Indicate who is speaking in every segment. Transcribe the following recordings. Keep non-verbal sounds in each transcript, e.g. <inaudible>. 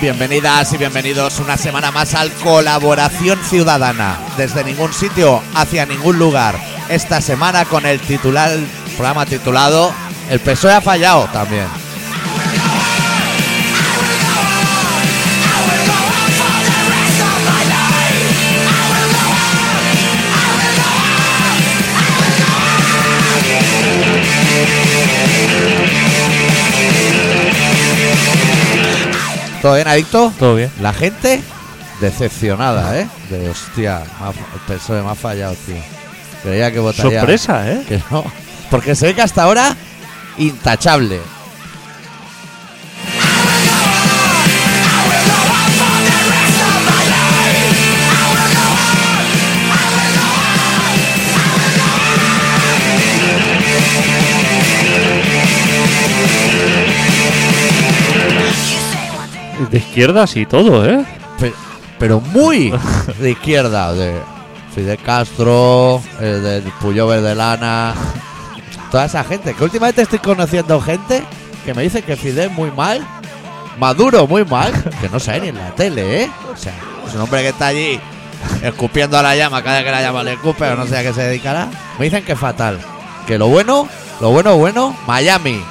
Speaker 1: Bienvenidas y bienvenidos una semana más al Colaboración Ciudadana. Desde ningún sitio hacia ningún lugar. Esta semana con el titular, el programa titulado El PSOE E ha fallado también. ¿Todo bien, Adicto?
Speaker 2: Todo bien.
Speaker 1: La gente decepcionada, ¿eh? De hostia, me ha- el PSOE E me ha fallado, tío. Creía que votaría.
Speaker 2: Sorpresa, ¿eh?
Speaker 1: Que no. Porque se ve que hasta ahora, intachable.
Speaker 2: De izquierdas y todo, ¿eh?
Speaker 1: Pe- Pero, muy de izquierda, de Fidel Castro, eh, del Puyover de Lana. Toda esa gente. Que últimamente estoy conociendo gente que me dice que Fidel muy mal, Maduro muy mal, que no sale ni en la tele, ¿eh? O sea, es un hombre que está allí escupiendo a la llama, cada vez que la llama le escupe o no sé a qué se dedicará. Me dicen que es fatal. Que lo bueno, lo bueno, bueno, Miami.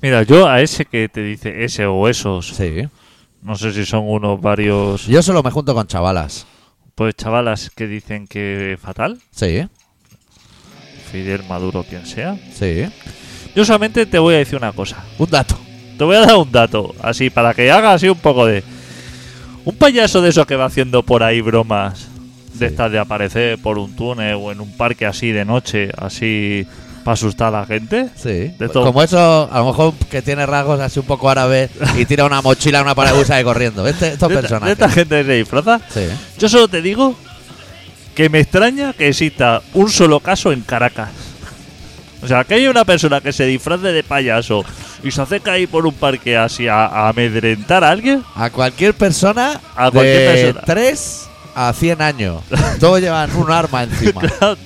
Speaker 2: Mira, yo a ese que te dice ese o esos,
Speaker 1: Sí.
Speaker 2: no sé si son unos varios,
Speaker 1: Yo solo me junto con chavalas.
Speaker 2: pues chavalas que dicen que fatal,
Speaker 1: Sí,
Speaker 2: Fidel Maduro, quien sea.
Speaker 1: sí.
Speaker 2: Yo solamente te voy a decir una cosa.
Speaker 1: Un dato.
Speaker 2: Te voy a dar un dato, así, para que hagas así un poco de... Un payaso de esos que va haciendo por ahí bromas, de
Speaker 1: Sí.
Speaker 2: estas de aparecer por un túnel o en un parque así de noche, así, para asustar a la gente.
Speaker 1: Sí. Pues
Speaker 2: De todo.
Speaker 1: Como eso, a lo mejor que tiene rasgos así un poco árabes y tira una mochila a una paraguas y sale corriendo. Este, estos
Speaker 2: De esta- de
Speaker 1: personajes.
Speaker 2: esta gente que se disfraza.
Speaker 1: Sí.
Speaker 2: Yo solo te digo que me extraña que exista un solo caso en Caracas. O sea, que haya una persona que se disfrace de payaso y se acerca ahí por un parque así a, a amedrentar a alguien. <laughs>
Speaker 1: A cualquier persona
Speaker 2: A cualquier
Speaker 1: de
Speaker 2: persona.
Speaker 1: 3 a 100 años. Todos llevan un arma
Speaker 2: <laughs>
Speaker 1: encima.
Speaker 2: claro,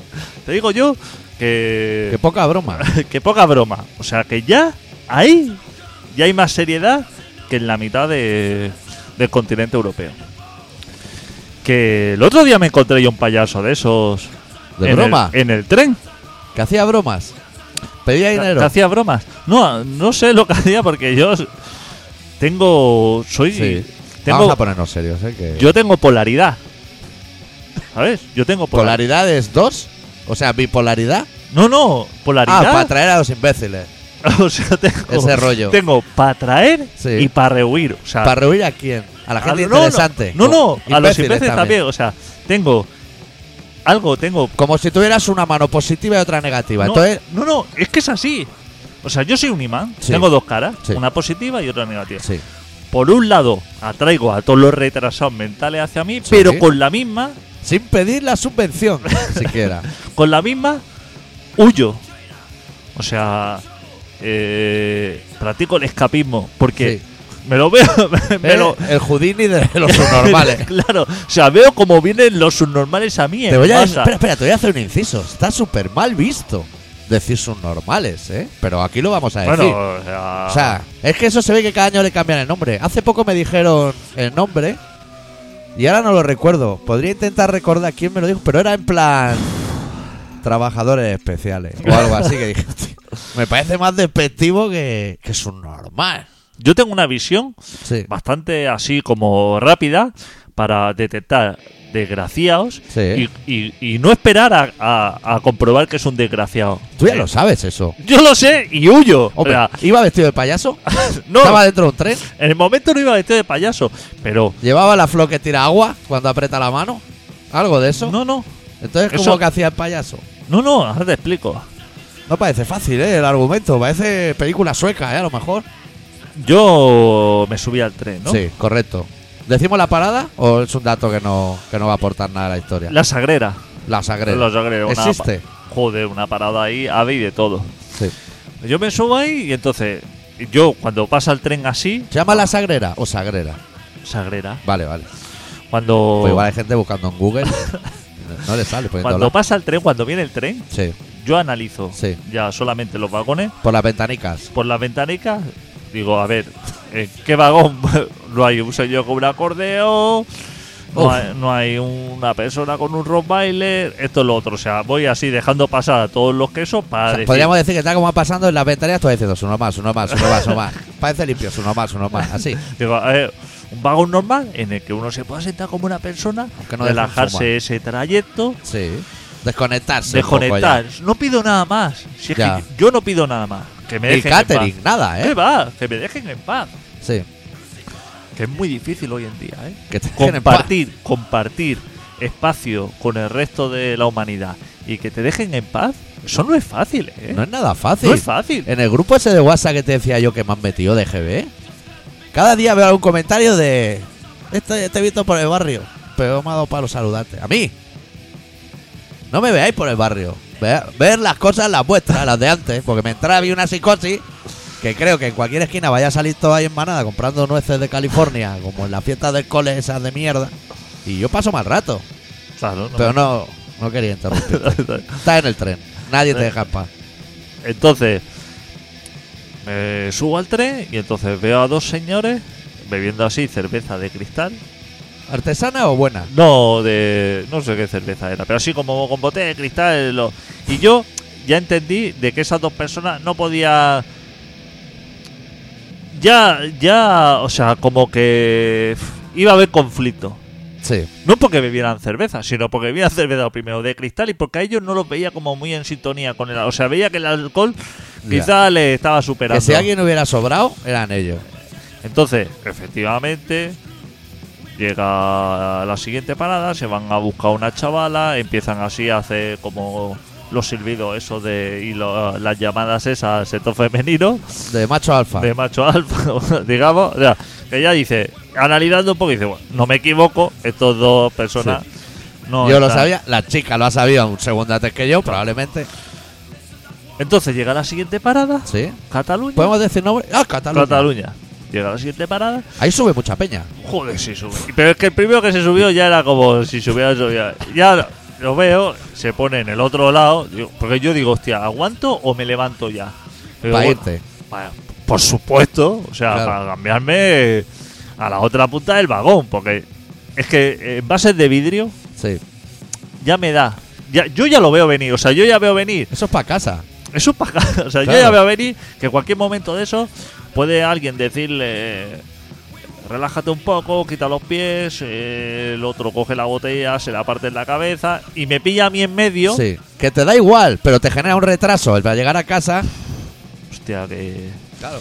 Speaker 2: te digo yo
Speaker 1: Qué
Speaker 2: que,
Speaker 1: poca broma.
Speaker 2: que poca broma. O sea, que ya ahí ya hay más seriedad que en la mitad de- del continente europeo. Que el otro día me encontré yo un payaso de esos.
Speaker 1: ¿De
Speaker 2: en el-
Speaker 1: broma?
Speaker 2: en el tren.
Speaker 1: Que hacía bromas. Pedía
Speaker 2: Te-
Speaker 1: dinero.
Speaker 2: te hacía bromas. No, no sé lo que <laughs> hacía porque yo s- tengo. Soy.
Speaker 1: Sí. Vamos
Speaker 2: Tengo,
Speaker 1: a ponernos serios, ¿eh? Que
Speaker 2: yo tengo polaridad. ¿Sabes? Yo tengo polaridad.
Speaker 1: ¿Polaridad es 2? O sea, bipolaridad.
Speaker 2: No, no,
Speaker 1: Ah, para
Speaker 2: polaridad.
Speaker 1: atraer a los imbéciles.
Speaker 2: <laughs> o sea, tengo,
Speaker 1: Ese rollo.
Speaker 2: Tengo para traer
Speaker 1: Sí.
Speaker 2: y para rehuir. O sea,
Speaker 1: ¿Para rehuir a quién? A la gente
Speaker 2: a- Ah. no,
Speaker 1: interesante.
Speaker 2: No, no, a los
Speaker 1: Imbéciles
Speaker 2: imbéciles también. O sea, tengo. Algo, tengo.
Speaker 1: Como si tuvieras una mano positiva y otra negativa.
Speaker 2: No,
Speaker 1: Entonces,
Speaker 2: no, no, es que es así. O sea, yo soy un imán.
Speaker 1: Sí.
Speaker 2: Tengo dos caras,
Speaker 1: Sí.
Speaker 2: una positiva y otra negativa.
Speaker 1: sí.
Speaker 2: por un lado, atraigo a todos los retrasados mentales hacia mí,
Speaker 1: Sí.
Speaker 2: pero con la misma,
Speaker 1: Sin pedir la subvención, <laughs> siquiera.
Speaker 2: con la misma, huyo. O sea, eh, practico el escapismo, porque
Speaker 1: Sí.
Speaker 2: me lo veo, <laughs> me, me
Speaker 1: ¿Eh?
Speaker 2: lo...
Speaker 1: El Houdini de los
Speaker 2: <laughs>
Speaker 1: subnormales.
Speaker 2: claro, o sea, veo como vienen los subnormales a mí.
Speaker 1: te
Speaker 2: en
Speaker 1: voy a
Speaker 2: masa.
Speaker 1: espera, espera, te voy a hacer un inciso. Está súper mal visto decir subnormales, ¿eh? Pero aquí lo vamos a decir.
Speaker 2: Bueno, o sea,
Speaker 1: o sea, es que eso se ve que cada año le cambian el nombre. Hace poco me dijeron el nombre y ahora no lo recuerdo. Podría intentar recordar quién me lo dijo, pero era en plan trabajadores especiales o algo así que dije. "Hostia, Me parece más despectivo que, que subnormal.
Speaker 2: yo tengo una visión
Speaker 1: Sí.
Speaker 2: bastante así como rápida para detectar desgraciados
Speaker 1: Sí.
Speaker 2: y, y- y no esperar a, a- a comprobar que es un desgraciado.
Speaker 1: Tú ya
Speaker 2: Eh,
Speaker 1: lo sabes eso.
Speaker 2: Yo lo sé y huyo. O
Speaker 1: Hombre,
Speaker 2: sea, <laughs>
Speaker 1: ¿iba vestido de payaso?
Speaker 2: no,
Speaker 1: ¿Estaba dentro de un tren?
Speaker 2: en el momento no iba vestido de payaso, pero
Speaker 1: ¿Llevaba la flor que tira agua cuando aprieta la mano? ¿Algo de eso?
Speaker 2: no, no.
Speaker 1: Entonces, ¿cómo
Speaker 2: Eso-
Speaker 1: que hacía el payaso?
Speaker 2: No, no, ahora te explico.
Speaker 1: No parece fácil, ¿eh? El argumento. Parece película sueca, ¿eh? A lo mejor.
Speaker 2: Yo me subí al tren, ¿no?
Speaker 1: Sí, correcto. ¿Decimos la parada o es un dato que no, que no va a aportar nada a la historia?
Speaker 2: La Sagrera.
Speaker 1: La Sagrera.
Speaker 2: La Sagrera, una
Speaker 1: ¿Existe?
Speaker 2: pa- joder, una parada ahí, ave y de todo.
Speaker 1: Sí.
Speaker 2: Yo me subo ahí y entonces, yo cuando pasa el tren así,
Speaker 1: ¿Se llama La Sagrera o Sagrera?
Speaker 2: Sagrera,
Speaker 1: Vale, vale.
Speaker 2: cuando,
Speaker 1: Pues igual hay gente buscando en Google. no, no le sale poniendo
Speaker 2: cuando
Speaker 1: la-
Speaker 2: pasa el tren, cuando viene el tren,
Speaker 1: Sí,
Speaker 2: yo analizo
Speaker 1: Sí.
Speaker 2: ya solamente los vagones
Speaker 1: por las ventanicas.
Speaker 2: por las ventanicas. Digo, a ver, ¿en qué vagón <laughs> no hay un señor con un acordeón? No
Speaker 1: Uf.
Speaker 2: hay, no hay una persona con un rock bailer, esto es lo otro. O sea, voy así dejando pasar a todos los quesos
Speaker 1: O
Speaker 2: para
Speaker 1: sea,
Speaker 2: Ah, decir,
Speaker 1: podríamos decir que está como pasando en las ventanas, tú diciendo uno más, uno más, uno más, uno
Speaker 2: <laughs>
Speaker 1: más. Parece limpio, uno más, uno más. Así.
Speaker 2: Digo, a ver, eh, un vagón normal en el que uno se pueda sentar como una persona,
Speaker 1: Aunque no dejen fumar.
Speaker 2: relajarse ese trayecto,
Speaker 1: Sí. Desconectarse. un poco ya.
Speaker 2: desconectar. No pido nada más. Si es
Speaker 1: Ya.
Speaker 2: que yo no pido nada más. Que me
Speaker 1: Ni
Speaker 2: dejen en
Speaker 1: catering,
Speaker 2: paz. Eh,
Speaker 1: nada,
Speaker 2: ¿Qué
Speaker 1: ¿eh?
Speaker 2: va? Que me dejen en paz.
Speaker 1: Sí.
Speaker 2: Que es muy difícil hoy en día, ¿eh?
Speaker 1: Que te dejen en paz.
Speaker 2: Compartir, compartir espacio con el resto de la humanidad y que te dejen en paz, eso no es fácil, ¿eh?
Speaker 1: No es nada fácil.
Speaker 2: No es fácil.
Speaker 1: En el grupo ese de WhatsApp que te decía yo que me han metido de GB, cada día veo algún comentario de. Este, te he visto por el barrio, pero me ha dado palo saludarte. A mí. No me veáis por el barrio. Ve- ver las cosas, las vuestras, las de antes, porque me entraba vi una psicosis que creo que en cualquier esquina vaya a salir todo ahí en manada comprando nueces de California, como en las fiestas del cole esas de mierda. Y yo paso mal rato,
Speaker 2: Claro, no.
Speaker 1: Eh, pero no, no quería interrumpir. Estás en el tren, nadie te deja en paz.
Speaker 2: <laughs> Entonces, me subo al tren y entonces veo a dos señores bebiendo así cerveza de cristal.
Speaker 1: ¿Artesana o buena?
Speaker 2: No, de. No sé qué cerveza era, pero así como con botella de cristal. lo- Y yo ya entendí de que esas dos personas no podía. Ya, ya, o sea, como que pf, iba a haber conflicto.
Speaker 1: Sí.
Speaker 2: No porque bebieran cerveza, sino porque bebían cerveza primero de cristal y porque a ellos no los veía como muy en sintonía con el O sea, veía que el alcohol
Speaker 1: Ya.
Speaker 2: quizá les estaba superando.
Speaker 1: Que si alguien hubiera sobrado, eran ellos.
Speaker 2: Entonces, efectivamente, llega la siguiente parada, se van a buscar una chavala, empiezan así a hacer como los silbidos esos de y lo- las llamadas esas al sector femenino
Speaker 1: De macho alfa.
Speaker 2: de macho alfa, <laughs> digamos, o sea, que ya dice, analizando un poco, dice, bueno, no me equivoco, estos dos personas no
Speaker 1: yo lo
Speaker 2: están".
Speaker 1: sabía, la chica lo ha sabido un segundo antes que yo, probablemente.
Speaker 2: Entonces llega la siguiente parada,
Speaker 1: Sí.
Speaker 2: Cataluña.
Speaker 1: ¿Podemos decir nombre? Ah, Cataluña.
Speaker 2: Cataluña. Llega la siguiente parada,
Speaker 1: Ahí sube mucha peña.
Speaker 2: Joder, sí sube. Pero es que el primero que se subió ya era como si se hubiera subido. Ya lo- lo veo, se pone en el otro lado. digo- porque yo digo, hostia, ¿aguanto o me levanto ya? Digo,
Speaker 1: Pa'
Speaker 2: bueno,
Speaker 1: irte.
Speaker 2: pa- por supuesto, o sea,
Speaker 1: Claro.
Speaker 2: para cambiarme eh, a la otra punta del vagón. Porque es que en bases de vidrio
Speaker 1: Sí.
Speaker 2: ya me da. Ya, yo ya lo veo venir, o sea, yo ya veo venir
Speaker 1: Eso es para casa.
Speaker 2: eso es para <laughs> O sea, yo
Speaker 1: Claro.
Speaker 2: ya veo venir que cualquier momento de eso puede alguien decirle. Relájate un poco, quita los pies, eh, el otro coge la botella, se la parte en la cabeza y me pilla a mí en medio.
Speaker 1: Sí. Que te da igual, pero te genera un retraso. El para llegar a casa.
Speaker 2: Hostia, que.
Speaker 1: Claro.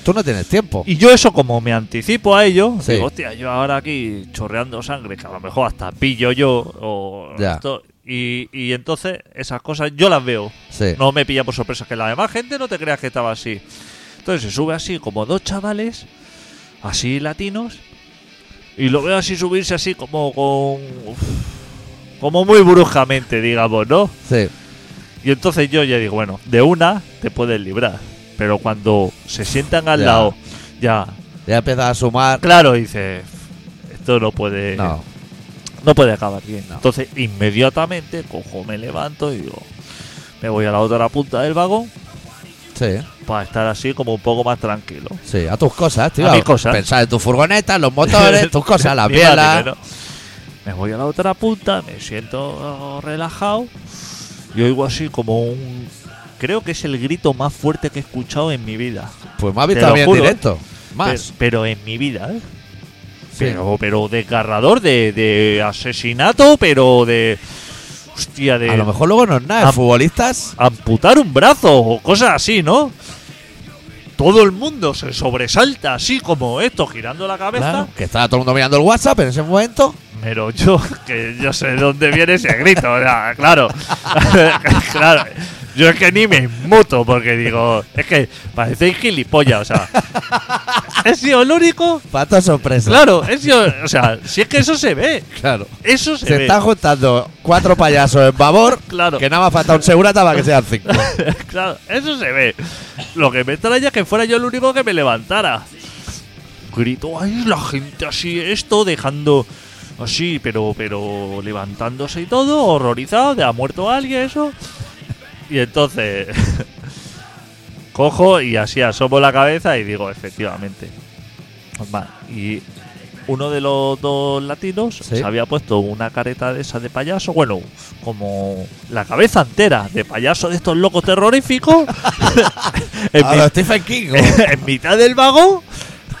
Speaker 1: tú no tienes tiempo.
Speaker 2: Y yo eso como me anticipo a ello,
Speaker 1: Sí.
Speaker 2: digo, hostia, yo ahora aquí chorreando sangre, que a lo mejor hasta pillo yo o
Speaker 1: Ya.
Speaker 2: esto, y, y entonces esas cosas yo las veo.
Speaker 1: Sí.
Speaker 2: No me pilla por sorpresa, que la demás gente no te creas que estaba así. Entonces se sube así como dos chavales, así latinos, y lo veo así subirse así como con... uf, como muy bruscamente, digamos, ¿no?
Speaker 1: Sí.
Speaker 2: Y entonces yo ya digo, bueno, de una te puedes librar, pero cuando se sientan al
Speaker 1: Ya.
Speaker 2: lado, ya,
Speaker 1: Ya empiezas a sumar.
Speaker 2: claro, dice, esto no puede...
Speaker 1: No.
Speaker 2: No puede acabar bien.
Speaker 1: No.
Speaker 2: Entonces, inmediatamente cojo, me levanto y digo, me voy a la otra punta del vagón
Speaker 1: Sí.
Speaker 2: para estar así como un poco más tranquilo.
Speaker 1: Sí. A tus cosas, tío.
Speaker 2: A mis cosas.
Speaker 1: Pensar en tus furgonetas, los
Speaker 2: <laughs>
Speaker 1: motores, tus cosas, las
Speaker 2: Ni más ni
Speaker 1: bielas.
Speaker 2: menos. Me voy a la otra punta, me siento relajado y oigo así como un... Creo que es el grito más fuerte que he escuchado en mi vida.
Speaker 1: Pues me has
Speaker 2: Te
Speaker 1: visto
Speaker 2: lo
Speaker 1: a mí en
Speaker 2: juro, ¿eh?
Speaker 1: directo. Más.
Speaker 2: Pero, pero en mi vida, ¿eh?
Speaker 1: Sí.
Speaker 2: Pero, pero desgarrador, de, de asesinato, pero de... Hostia, de...
Speaker 1: A lo mejor luego no es nada.
Speaker 2: Ah.
Speaker 1: Futbolistas.
Speaker 2: amputar un brazo o cosas así, ¿no? Todo el mundo se sobresalta así como esto, girando la cabeza.
Speaker 1: Claro, que estaba todo el mundo mirando el WhatsApp en ese momento.
Speaker 2: Pero yo, que yo sé de dónde viene ese grito, o sea, claro. <laughs> claro. Yo es que ni me inmuto porque digo, es que parecéis gilipollas, o sea. <laughs> He sido el único.
Speaker 1: Pato sorpresa.
Speaker 2: Claro, he sido, o sea, si es que eso se ve.
Speaker 1: Claro.
Speaker 2: Eso se,
Speaker 1: Se
Speaker 2: ve.
Speaker 1: están juntando cuatro payasos en babor.
Speaker 2: Claro.
Speaker 1: Que nada más falta un segurata para que sean cinco.
Speaker 2: claro, eso se ve. Lo que me extraña es que fuera yo el único que me levantara. Grito, ay, la gente así, esto, dejando así, pero, pero levantándose y todo, horrorizado, de ha muerto alguien, eso. Y entonces <laughs> cojo y así asomo la cabeza y digo, efectivamente. Va, Y uno de los dos latinos
Speaker 1: Sí.
Speaker 2: se había puesto una careta de esa de payaso, bueno, como la cabeza entera de payaso de estos locos terroríficos <laughs> <laughs> en,
Speaker 1: A
Speaker 2: mi-
Speaker 1: los Stephen King. o-
Speaker 2: <laughs> en mitad del vagón.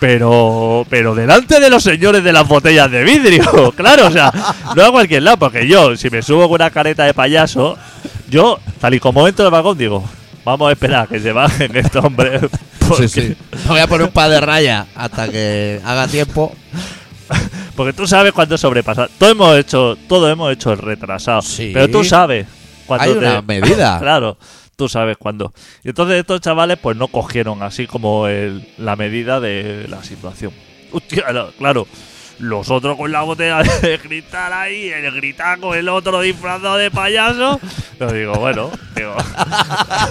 Speaker 2: Pero, pero delante de los señores de las botellas de vidrio, <laughs> claro, o sea, no a cualquier lado, porque yo, si me subo con una careta de payaso, yo, tal y como entro del vagón, digo, vamos a esperar a que se bajen estos hombres. porque-
Speaker 1: Sí, sí. Me voy a poner un par de rayas hasta que haga
Speaker 2: <laughs>
Speaker 1: tiempo.
Speaker 2: Porque tú sabes cuándo sobrepasar. Todos hemos hecho, todos hemos hecho el retrasado.
Speaker 1: Sí.
Speaker 2: Pero tú sabes cuándo
Speaker 1: Hay
Speaker 2: te-
Speaker 1: una medida.
Speaker 2: <laughs> Claro, tú sabes cuándo. Y entonces estos chavales pues no cogieron así como el- la medida de la situación. Hostia, la- claro. Los otros con la botella <laughs> de gritar ahí, el gritar con el otro disfrazado de payaso. Yo digo, bueno, digo, <laughs>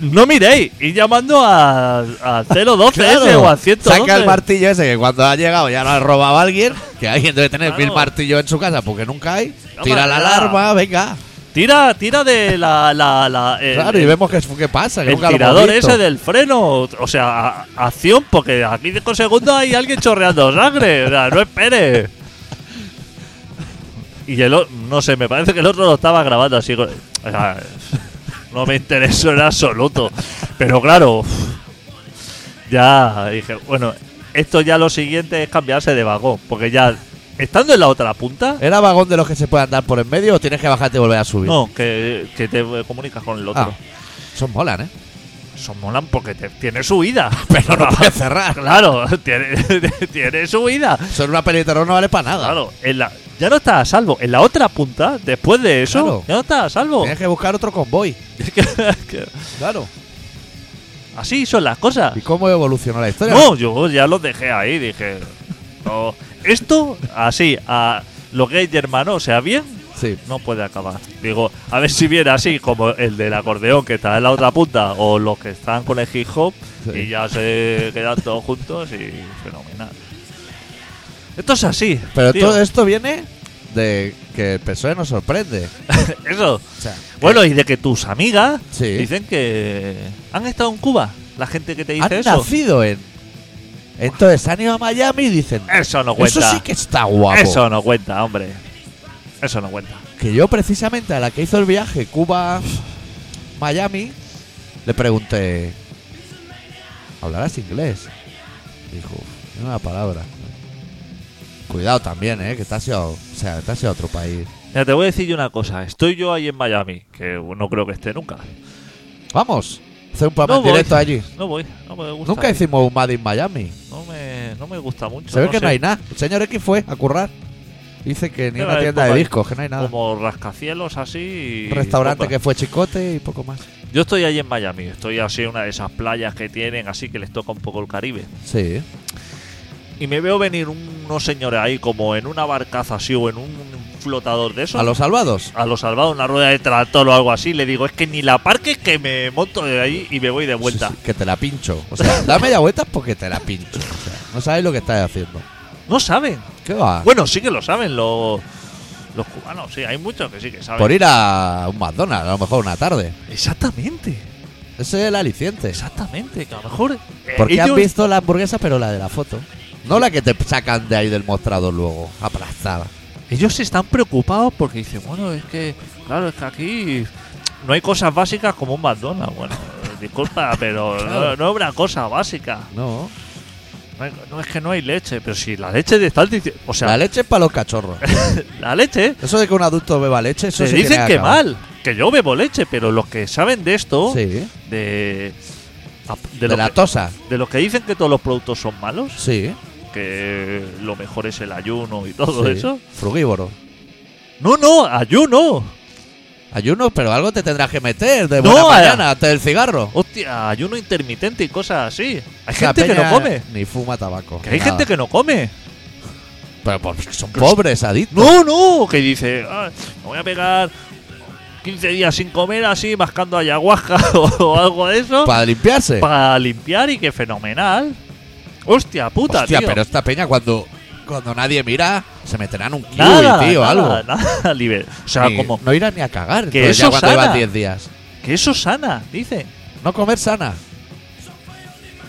Speaker 2: no miréis, y llamando a, a 012
Speaker 1: Claro.
Speaker 2: o a 112.
Speaker 1: Saca el martillo ese que cuando ha llegado ya lo ha robado alguien. Que alguien debe tener
Speaker 2: Claro.
Speaker 1: mil martillos en su casa porque nunca hay.
Speaker 2: No,
Speaker 1: Tira la
Speaker 2: madre,
Speaker 1: alarma, venga.
Speaker 2: Tira, tira de la. la, la el,
Speaker 1: claro, y
Speaker 2: el-
Speaker 1: vemos que, es- que pasa. Que
Speaker 2: el
Speaker 1: nunca lo hemos
Speaker 2: tirador
Speaker 1: visto.
Speaker 2: ese del freno. O sea, a- acción, porque aquí 5 segundos hay alguien chorreando sangre. O sea, no espere. Y el otro, no sé, me parece que el otro lo estaba grabando así. con- o sea, no me interesó en absoluto. Pero claro, ya dije, bueno, esto ya lo siguiente es cambiarse de vagón. Porque ya, estando en la otra punta,
Speaker 1: ¿Era vagón de los que se puede andar por en medio o tienes que bajarte y volver a subir?
Speaker 2: no, que, que te eh, comunicas con el otro.
Speaker 1: Ah, son molan, ¿eh?
Speaker 2: Son molan porque te- tiene su vida. <laughs>
Speaker 1: Pero
Speaker 2: Ah.
Speaker 1: no puedes cerrar.
Speaker 2: Claro, <laughs> tiene, tiene su vida.
Speaker 1: Son una peli de terror, no vale para nada.
Speaker 2: Claro, en la, ya no estás a salvo. En la otra punta, después de eso,
Speaker 1: Claro.
Speaker 2: ya no estás a salvo.
Speaker 1: Tienes que buscar otro convoy.
Speaker 2: <laughs>
Speaker 1: Claro.
Speaker 2: Así son las cosas.
Speaker 1: ¿Y cómo evolucionó la historia?
Speaker 2: No, yo ya los dejé ahí, dije. no, esto, así, a lo que es hermano, o sea, bien,
Speaker 1: Sí.
Speaker 2: no puede acabar. Digo, a ver si viene así como el del acordeón que está en la otra punta o los que están con el hip hop
Speaker 1: Sí.
Speaker 2: y ya se quedan todos juntos y fenomenal. Esto es así.
Speaker 1: Pero
Speaker 2: tío.
Speaker 1: todo esto viene de que el PSOE E nos sorprende.
Speaker 2: <laughs> Eso.
Speaker 1: O sea,
Speaker 2: Bueno, y de que tus amigas
Speaker 1: Sí.
Speaker 2: dicen que han estado en Cuba. La gente que te dice
Speaker 1: eh, han
Speaker 2: eso.
Speaker 1: nacido en. Entonces han ido a Miami y dicen.
Speaker 2: Eso
Speaker 1: Eso
Speaker 2: no Eh, cuenta.
Speaker 1: sí que está guapo.
Speaker 2: Eso no cuenta, hombre. Eso no cuenta.
Speaker 1: Que yo, precisamente, a la que hizo el viaje Cuba-Miami, le pregunté. ¿Hablarás inglés? Dijo, "Ni una palabra. Cuidado también, ¿eh? Que te has ido, o sea, te has ido a otro país.
Speaker 2: Mira, te voy a decir yo una cosa. Estoy yo ahí en Miami, que no creo que esté nunca.
Speaker 1: Vamos, hacer un programa
Speaker 2: No
Speaker 1: en directo
Speaker 2: voy.
Speaker 1: allí.
Speaker 2: No voy, no me gusta.
Speaker 1: Nunca hicimos un Mad in Miami.
Speaker 2: No me, no me gusta mucho.
Speaker 1: Se ve que
Speaker 2: sé,
Speaker 1: no hay nada. El señor X fue a currar. Dice que ni
Speaker 2: Pero
Speaker 1: una
Speaker 2: hay
Speaker 1: tienda
Speaker 2: poco
Speaker 1: de
Speaker 2: ahí.
Speaker 1: discos, que no hay nada.
Speaker 2: Como rascacielos así. y
Speaker 1: Un restaurante
Speaker 2: poco.
Speaker 1: que fue chicote y poco más.
Speaker 2: Yo estoy ahí en Miami. Estoy así en una de esas playas que tienen, así que les toca un poco el Caribe.
Speaker 1: Sí.
Speaker 2: Y me veo venir un- unos señores ahí como en una barcaza así o en un flotador de esos.
Speaker 1: A los salvados.
Speaker 2: a los salvados, una rueda de tractor o algo así. Le digo, es que ni la parques que me monto de ahí y me voy de vuelta.
Speaker 1: Sí, sí, que te la pincho. O sea, da media vuelta porque te la pincho. O sea, no sabes lo que estás haciendo.
Speaker 2: No saben.
Speaker 1: ¿Qué va?
Speaker 2: Bueno, sí que lo saben los, los cubanos. Sí, hay muchos que sí que saben.
Speaker 1: Por ir a un McDonald's, a lo mejor una tarde.
Speaker 2: Exactamente.
Speaker 1: Ese es el aliciente.
Speaker 2: Exactamente. Que a lo mejor. eh,
Speaker 1: Porque han
Speaker 2: ellos-
Speaker 1: visto la hamburguesa, pero la de la foto. No la que te sacan de ahí del mostrador luego, aplastada.
Speaker 2: ellos están preocupados porque dicen, bueno, es que, claro, es que aquí no hay cosas básicas como un McDonald's. Bueno, <laughs> disculpa, pero no,
Speaker 1: Claro.
Speaker 2: no es una cosa básica.
Speaker 1: No.
Speaker 2: No, hay- no es que no hay leche, pero si la leche de tal, dice- o sea,
Speaker 1: la leche es para los cachorros.
Speaker 2: la leche,
Speaker 1: Eso de que un adulto beba leche, eso
Speaker 2: se
Speaker 1: sí
Speaker 2: dicen
Speaker 1: tiene
Speaker 2: que
Speaker 1: acabar.
Speaker 2: mal, que yo bebo leche, pero los que saben de esto,
Speaker 1: Sí.
Speaker 2: de, ap- de,
Speaker 1: De,
Speaker 2: lo
Speaker 1: la
Speaker 2: que-
Speaker 1: tosa.
Speaker 2: de los que dicen que todos los productos son malos,
Speaker 1: Sí.
Speaker 2: que lo mejor es el ayuno y todo
Speaker 1: Sí.
Speaker 2: eso.
Speaker 1: Frugívoro.
Speaker 2: No, no, ayuno.
Speaker 1: Ayuno, pero algo te tendrás que meter de
Speaker 2: No,
Speaker 1: buena
Speaker 2: eh.
Speaker 1: mañana antes del cigarro.
Speaker 2: Hostia, ayuno intermitente y cosas así. Hay
Speaker 1: Esa
Speaker 2: gente que
Speaker 1: peña
Speaker 2: no come.
Speaker 1: Ni fuma tabaco.
Speaker 2: Que hay
Speaker 1: nada.
Speaker 2: gente que no come.
Speaker 1: Pero pues, son pobres, adictos.
Speaker 2: No, no, que dice, "Ah, me voy a pegar 15 días sin comer así, mascando ayahuasca <laughs> o, o algo de eso.
Speaker 1: Para limpiarse.
Speaker 2: para limpiar y que fenomenal. Hostia puta,
Speaker 1: Hostia,
Speaker 2: tío.
Speaker 1: pero esta peña cuando, cuando nadie mira, se meterán un kiwi,
Speaker 2: nada,
Speaker 1: tío,
Speaker 2: nada,
Speaker 1: algo.
Speaker 2: nada, liber- O sea,
Speaker 1: Ni-
Speaker 2: como
Speaker 1: No irán ni a cagar.
Speaker 2: Que
Speaker 1: entonces ya
Speaker 2: eso
Speaker 1: cuando
Speaker 2: sana.
Speaker 1: llevan 10 días.
Speaker 2: que eso sana, dice.
Speaker 1: No comer sana.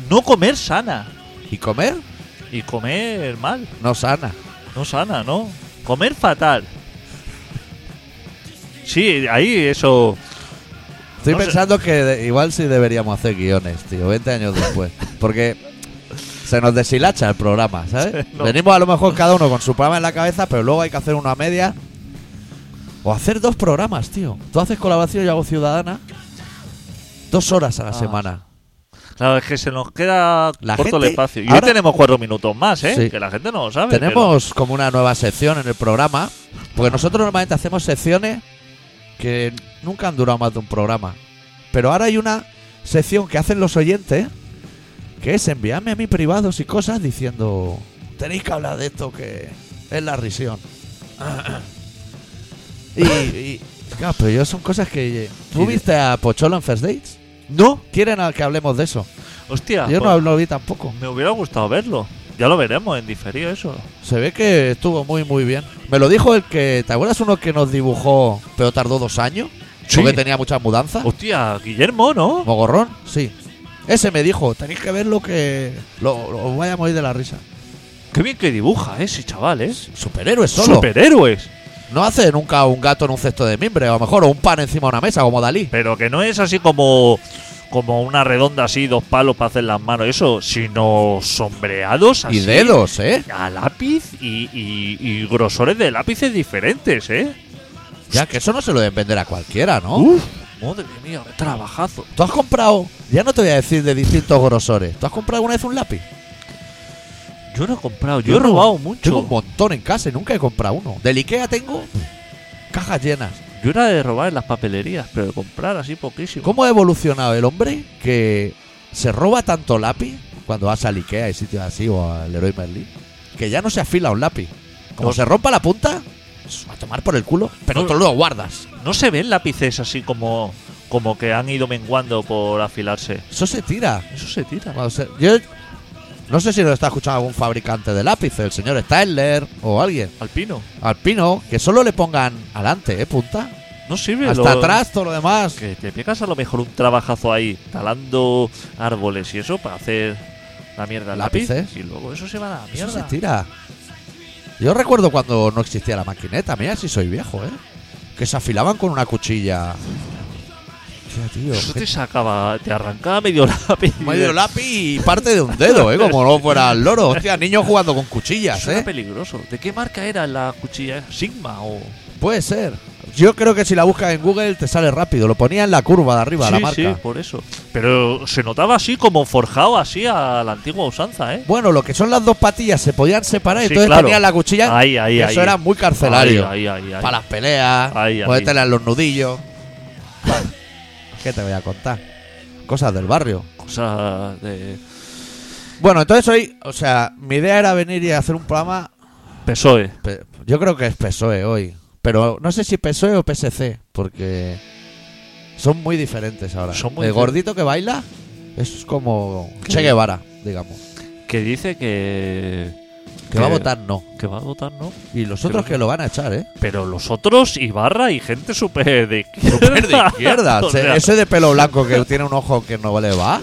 Speaker 2: No comer sana
Speaker 1: ¿Y comer?
Speaker 2: y comer mal,
Speaker 1: No sana.
Speaker 2: no sana, ¿no? Comer fatal. Sí, ahí eso.
Speaker 1: Estoy
Speaker 2: No sé.
Speaker 1: pensando que de- igual sí deberíamos hacer guiones, tío, 20 años después. Porque se nos deshilacha el programa, ¿sabes?
Speaker 2: Sí, <laughs> no.
Speaker 1: Venimos a lo mejor cada uno con su programa en la cabeza, pero luego hay que hacer una media. O hacer dos programas, tío. Tú haces colaboración, yo hago ciudadana. Dos horas a la
Speaker 2: Ah,
Speaker 1: semana.
Speaker 2: Claro, es que se nos queda
Speaker 1: La
Speaker 2: corto
Speaker 1: gente-
Speaker 2: el espacio. Y
Speaker 1: ahora-
Speaker 2: hoy tenemos cuatro minutos más, ¿eh?
Speaker 1: Sí.
Speaker 2: Que la gente no lo sabe.
Speaker 1: Tenemos como una nueva sección en el programa. Porque nosotros normalmente hacemos secciones que nunca han durado más de un programa. Pero ahora hay una sección que hacen los oyentes, que es enviarme a mí privados y cosas diciendo, tenéis que hablar de esto que es la
Speaker 2: <coughs>
Speaker 1: risión. y, y- claro, pero yo son cosas que... eh, ¿Tú
Speaker 2: Sí.
Speaker 1: viste a Pocholo en First Dates?
Speaker 2: No,
Speaker 1: ¿Quieren a- que hablemos de eso?
Speaker 2: hostia.
Speaker 1: Yo no
Speaker 2: pues,
Speaker 1: lo vi tampoco.
Speaker 2: Me hubiera gustado verlo. Ya lo veremos en diferido eso.
Speaker 1: Se ve que estuvo muy, muy bien. Me lo dijo el que. ¿Te acuerdas uno que nos dibujó, pero tardó dos años?
Speaker 2: Sí.
Speaker 1: Porque tenía muchas mudanzas.
Speaker 2: Hostia, Guillermo, ¿no?
Speaker 1: ¿Mogorrón? Sí. Ese me dijo, tenéis que ver lo que. Lo, lo- os vaya a morir de la risa.
Speaker 2: Qué bien que dibuja ese chaval, ¿eh?
Speaker 1: Superhéroes solo.
Speaker 2: Superhéroes.
Speaker 1: No hace nunca un gato en un cesto de mimbre, a lo mejor, o un pan encima de una mesa, como Dalí.
Speaker 2: Pero que no es así como, como una redonda así, dos palos para hacer las manos, eso, sino sombreados así.
Speaker 1: Y dedos, ¿eh?
Speaker 2: A lápiz y, y- y grosores de lápices diferentes, ¿eh?
Speaker 1: Ya que eso no se lo deben vender a cualquiera, ¿no?
Speaker 2: Uf, madre mía, qué trabajazo.
Speaker 1: Tú has comprado. Ya no te voy a decir de distintos grosores. ¿Tú has comprado alguna vez un lápiz?
Speaker 2: Yo no he comprado, yo, he
Speaker 1: no-
Speaker 2: robado mucho.
Speaker 1: Tengo un montón en casa y nunca he comprado uno. Del Ikea tengo cajas llenas.
Speaker 2: Yo era de robar en las papelerías, pero de comprar así poquísimo.
Speaker 1: ¿Cómo ha evolucionado el hombre que se roba tanto lápiz cuando vas al Ikea y sitios así o al Leroy Merlin? Que ya no se afila un lápiz. Como
Speaker 2: No.
Speaker 1: se rompa la punta, a tomar por el culo, pero
Speaker 2: No.
Speaker 1: tú lo guardas.
Speaker 2: No se ven lápices así como, como que han ido menguando por afilarse.
Speaker 1: Eso se tira.
Speaker 2: Eso se tira.
Speaker 1: Cuando se- yo no sé si lo está escuchando algún fabricante de lápices, el señor Styler o alguien.
Speaker 2: Alpino.
Speaker 1: Alpino, que solo le pongan adelante, ¿eh? Punta.
Speaker 2: No sirve.
Speaker 1: Hasta
Speaker 2: lo-
Speaker 1: atrás, todo lo demás.
Speaker 2: Que te pegas a lo mejor un trabajazo ahí, talando árboles y eso para hacer la mierda al lápiz.
Speaker 1: Lápices.
Speaker 2: Y luego eso se va a la
Speaker 1: Eso se
Speaker 2: mierda.
Speaker 1: tira. Yo recuerdo cuando no existía la maquineta, mira si soy viejo, ¿eh? Que se afilaban con una cuchilla. Hostia, tío.
Speaker 2: Eso
Speaker 1: qué-
Speaker 2: te sacaba, te arrancaba medio <laughs> lápiz.
Speaker 1: Medio lápiz y parte de un dedo, ¿eh? Como no fuera el loro. Hostia, niños jugando con cuchillas,
Speaker 2: Eso era
Speaker 1: ¿eh?
Speaker 2: peligroso. ¿De qué marca era la cuchilla? ¿Sigma o...?
Speaker 1: Puede ser. Yo creo que si la buscas en Google te sale rápido. Lo ponía en la curva de arriba, la
Speaker 2: sí,
Speaker 1: marca.
Speaker 2: sí, por eso. Pero se notaba así como forjado así a la antigua usanza, ¿eh?
Speaker 1: Bueno, lo que son las dos patillas se podían separar,
Speaker 2: Sí,
Speaker 1: entonces
Speaker 2: claro.
Speaker 1: tenían la cuchilla.
Speaker 2: Ahí, ahí,
Speaker 1: que
Speaker 2: ahí.
Speaker 1: eso era muy carcelario.
Speaker 2: Ahí, ahí, ahí, ahí.
Speaker 1: Para las peleas,
Speaker 2: Ahí, ahí.
Speaker 1: ponértela en los nudillos. ¿Qué te voy a contar? Cosas del barrio.
Speaker 2: Cosas de...
Speaker 1: Bueno, entonces hoy, o sea, mi idea era venir y hacer un programa.
Speaker 2: PSOE.
Speaker 1: pe- Yo creo que es PSOE E hoy. Pero no sé si PSOE o PSC, porque son muy diferentes ahora.
Speaker 2: Son muy
Speaker 1: El
Speaker 2: difer-
Speaker 1: gordito que baila es como
Speaker 2: ¿Qué?
Speaker 1: Che Guevara, digamos.
Speaker 2: Que dice que...
Speaker 1: Que
Speaker 2: ¿Qué?
Speaker 1: va a votar no.
Speaker 2: Que va a votar, ¿no?
Speaker 1: Y los otros
Speaker 2: Pero-
Speaker 1: que lo van a echar,
Speaker 2: <laughs>
Speaker 1: ¿eh?
Speaker 2: Pero los otros, Ibarra y gente súper de izquierda.
Speaker 1: Súper de izquierda. <laughs>
Speaker 2: <laughs> O
Speaker 1: Se-
Speaker 2: sea,
Speaker 1: ese de pelo blanco que tiene un ojo que no le va.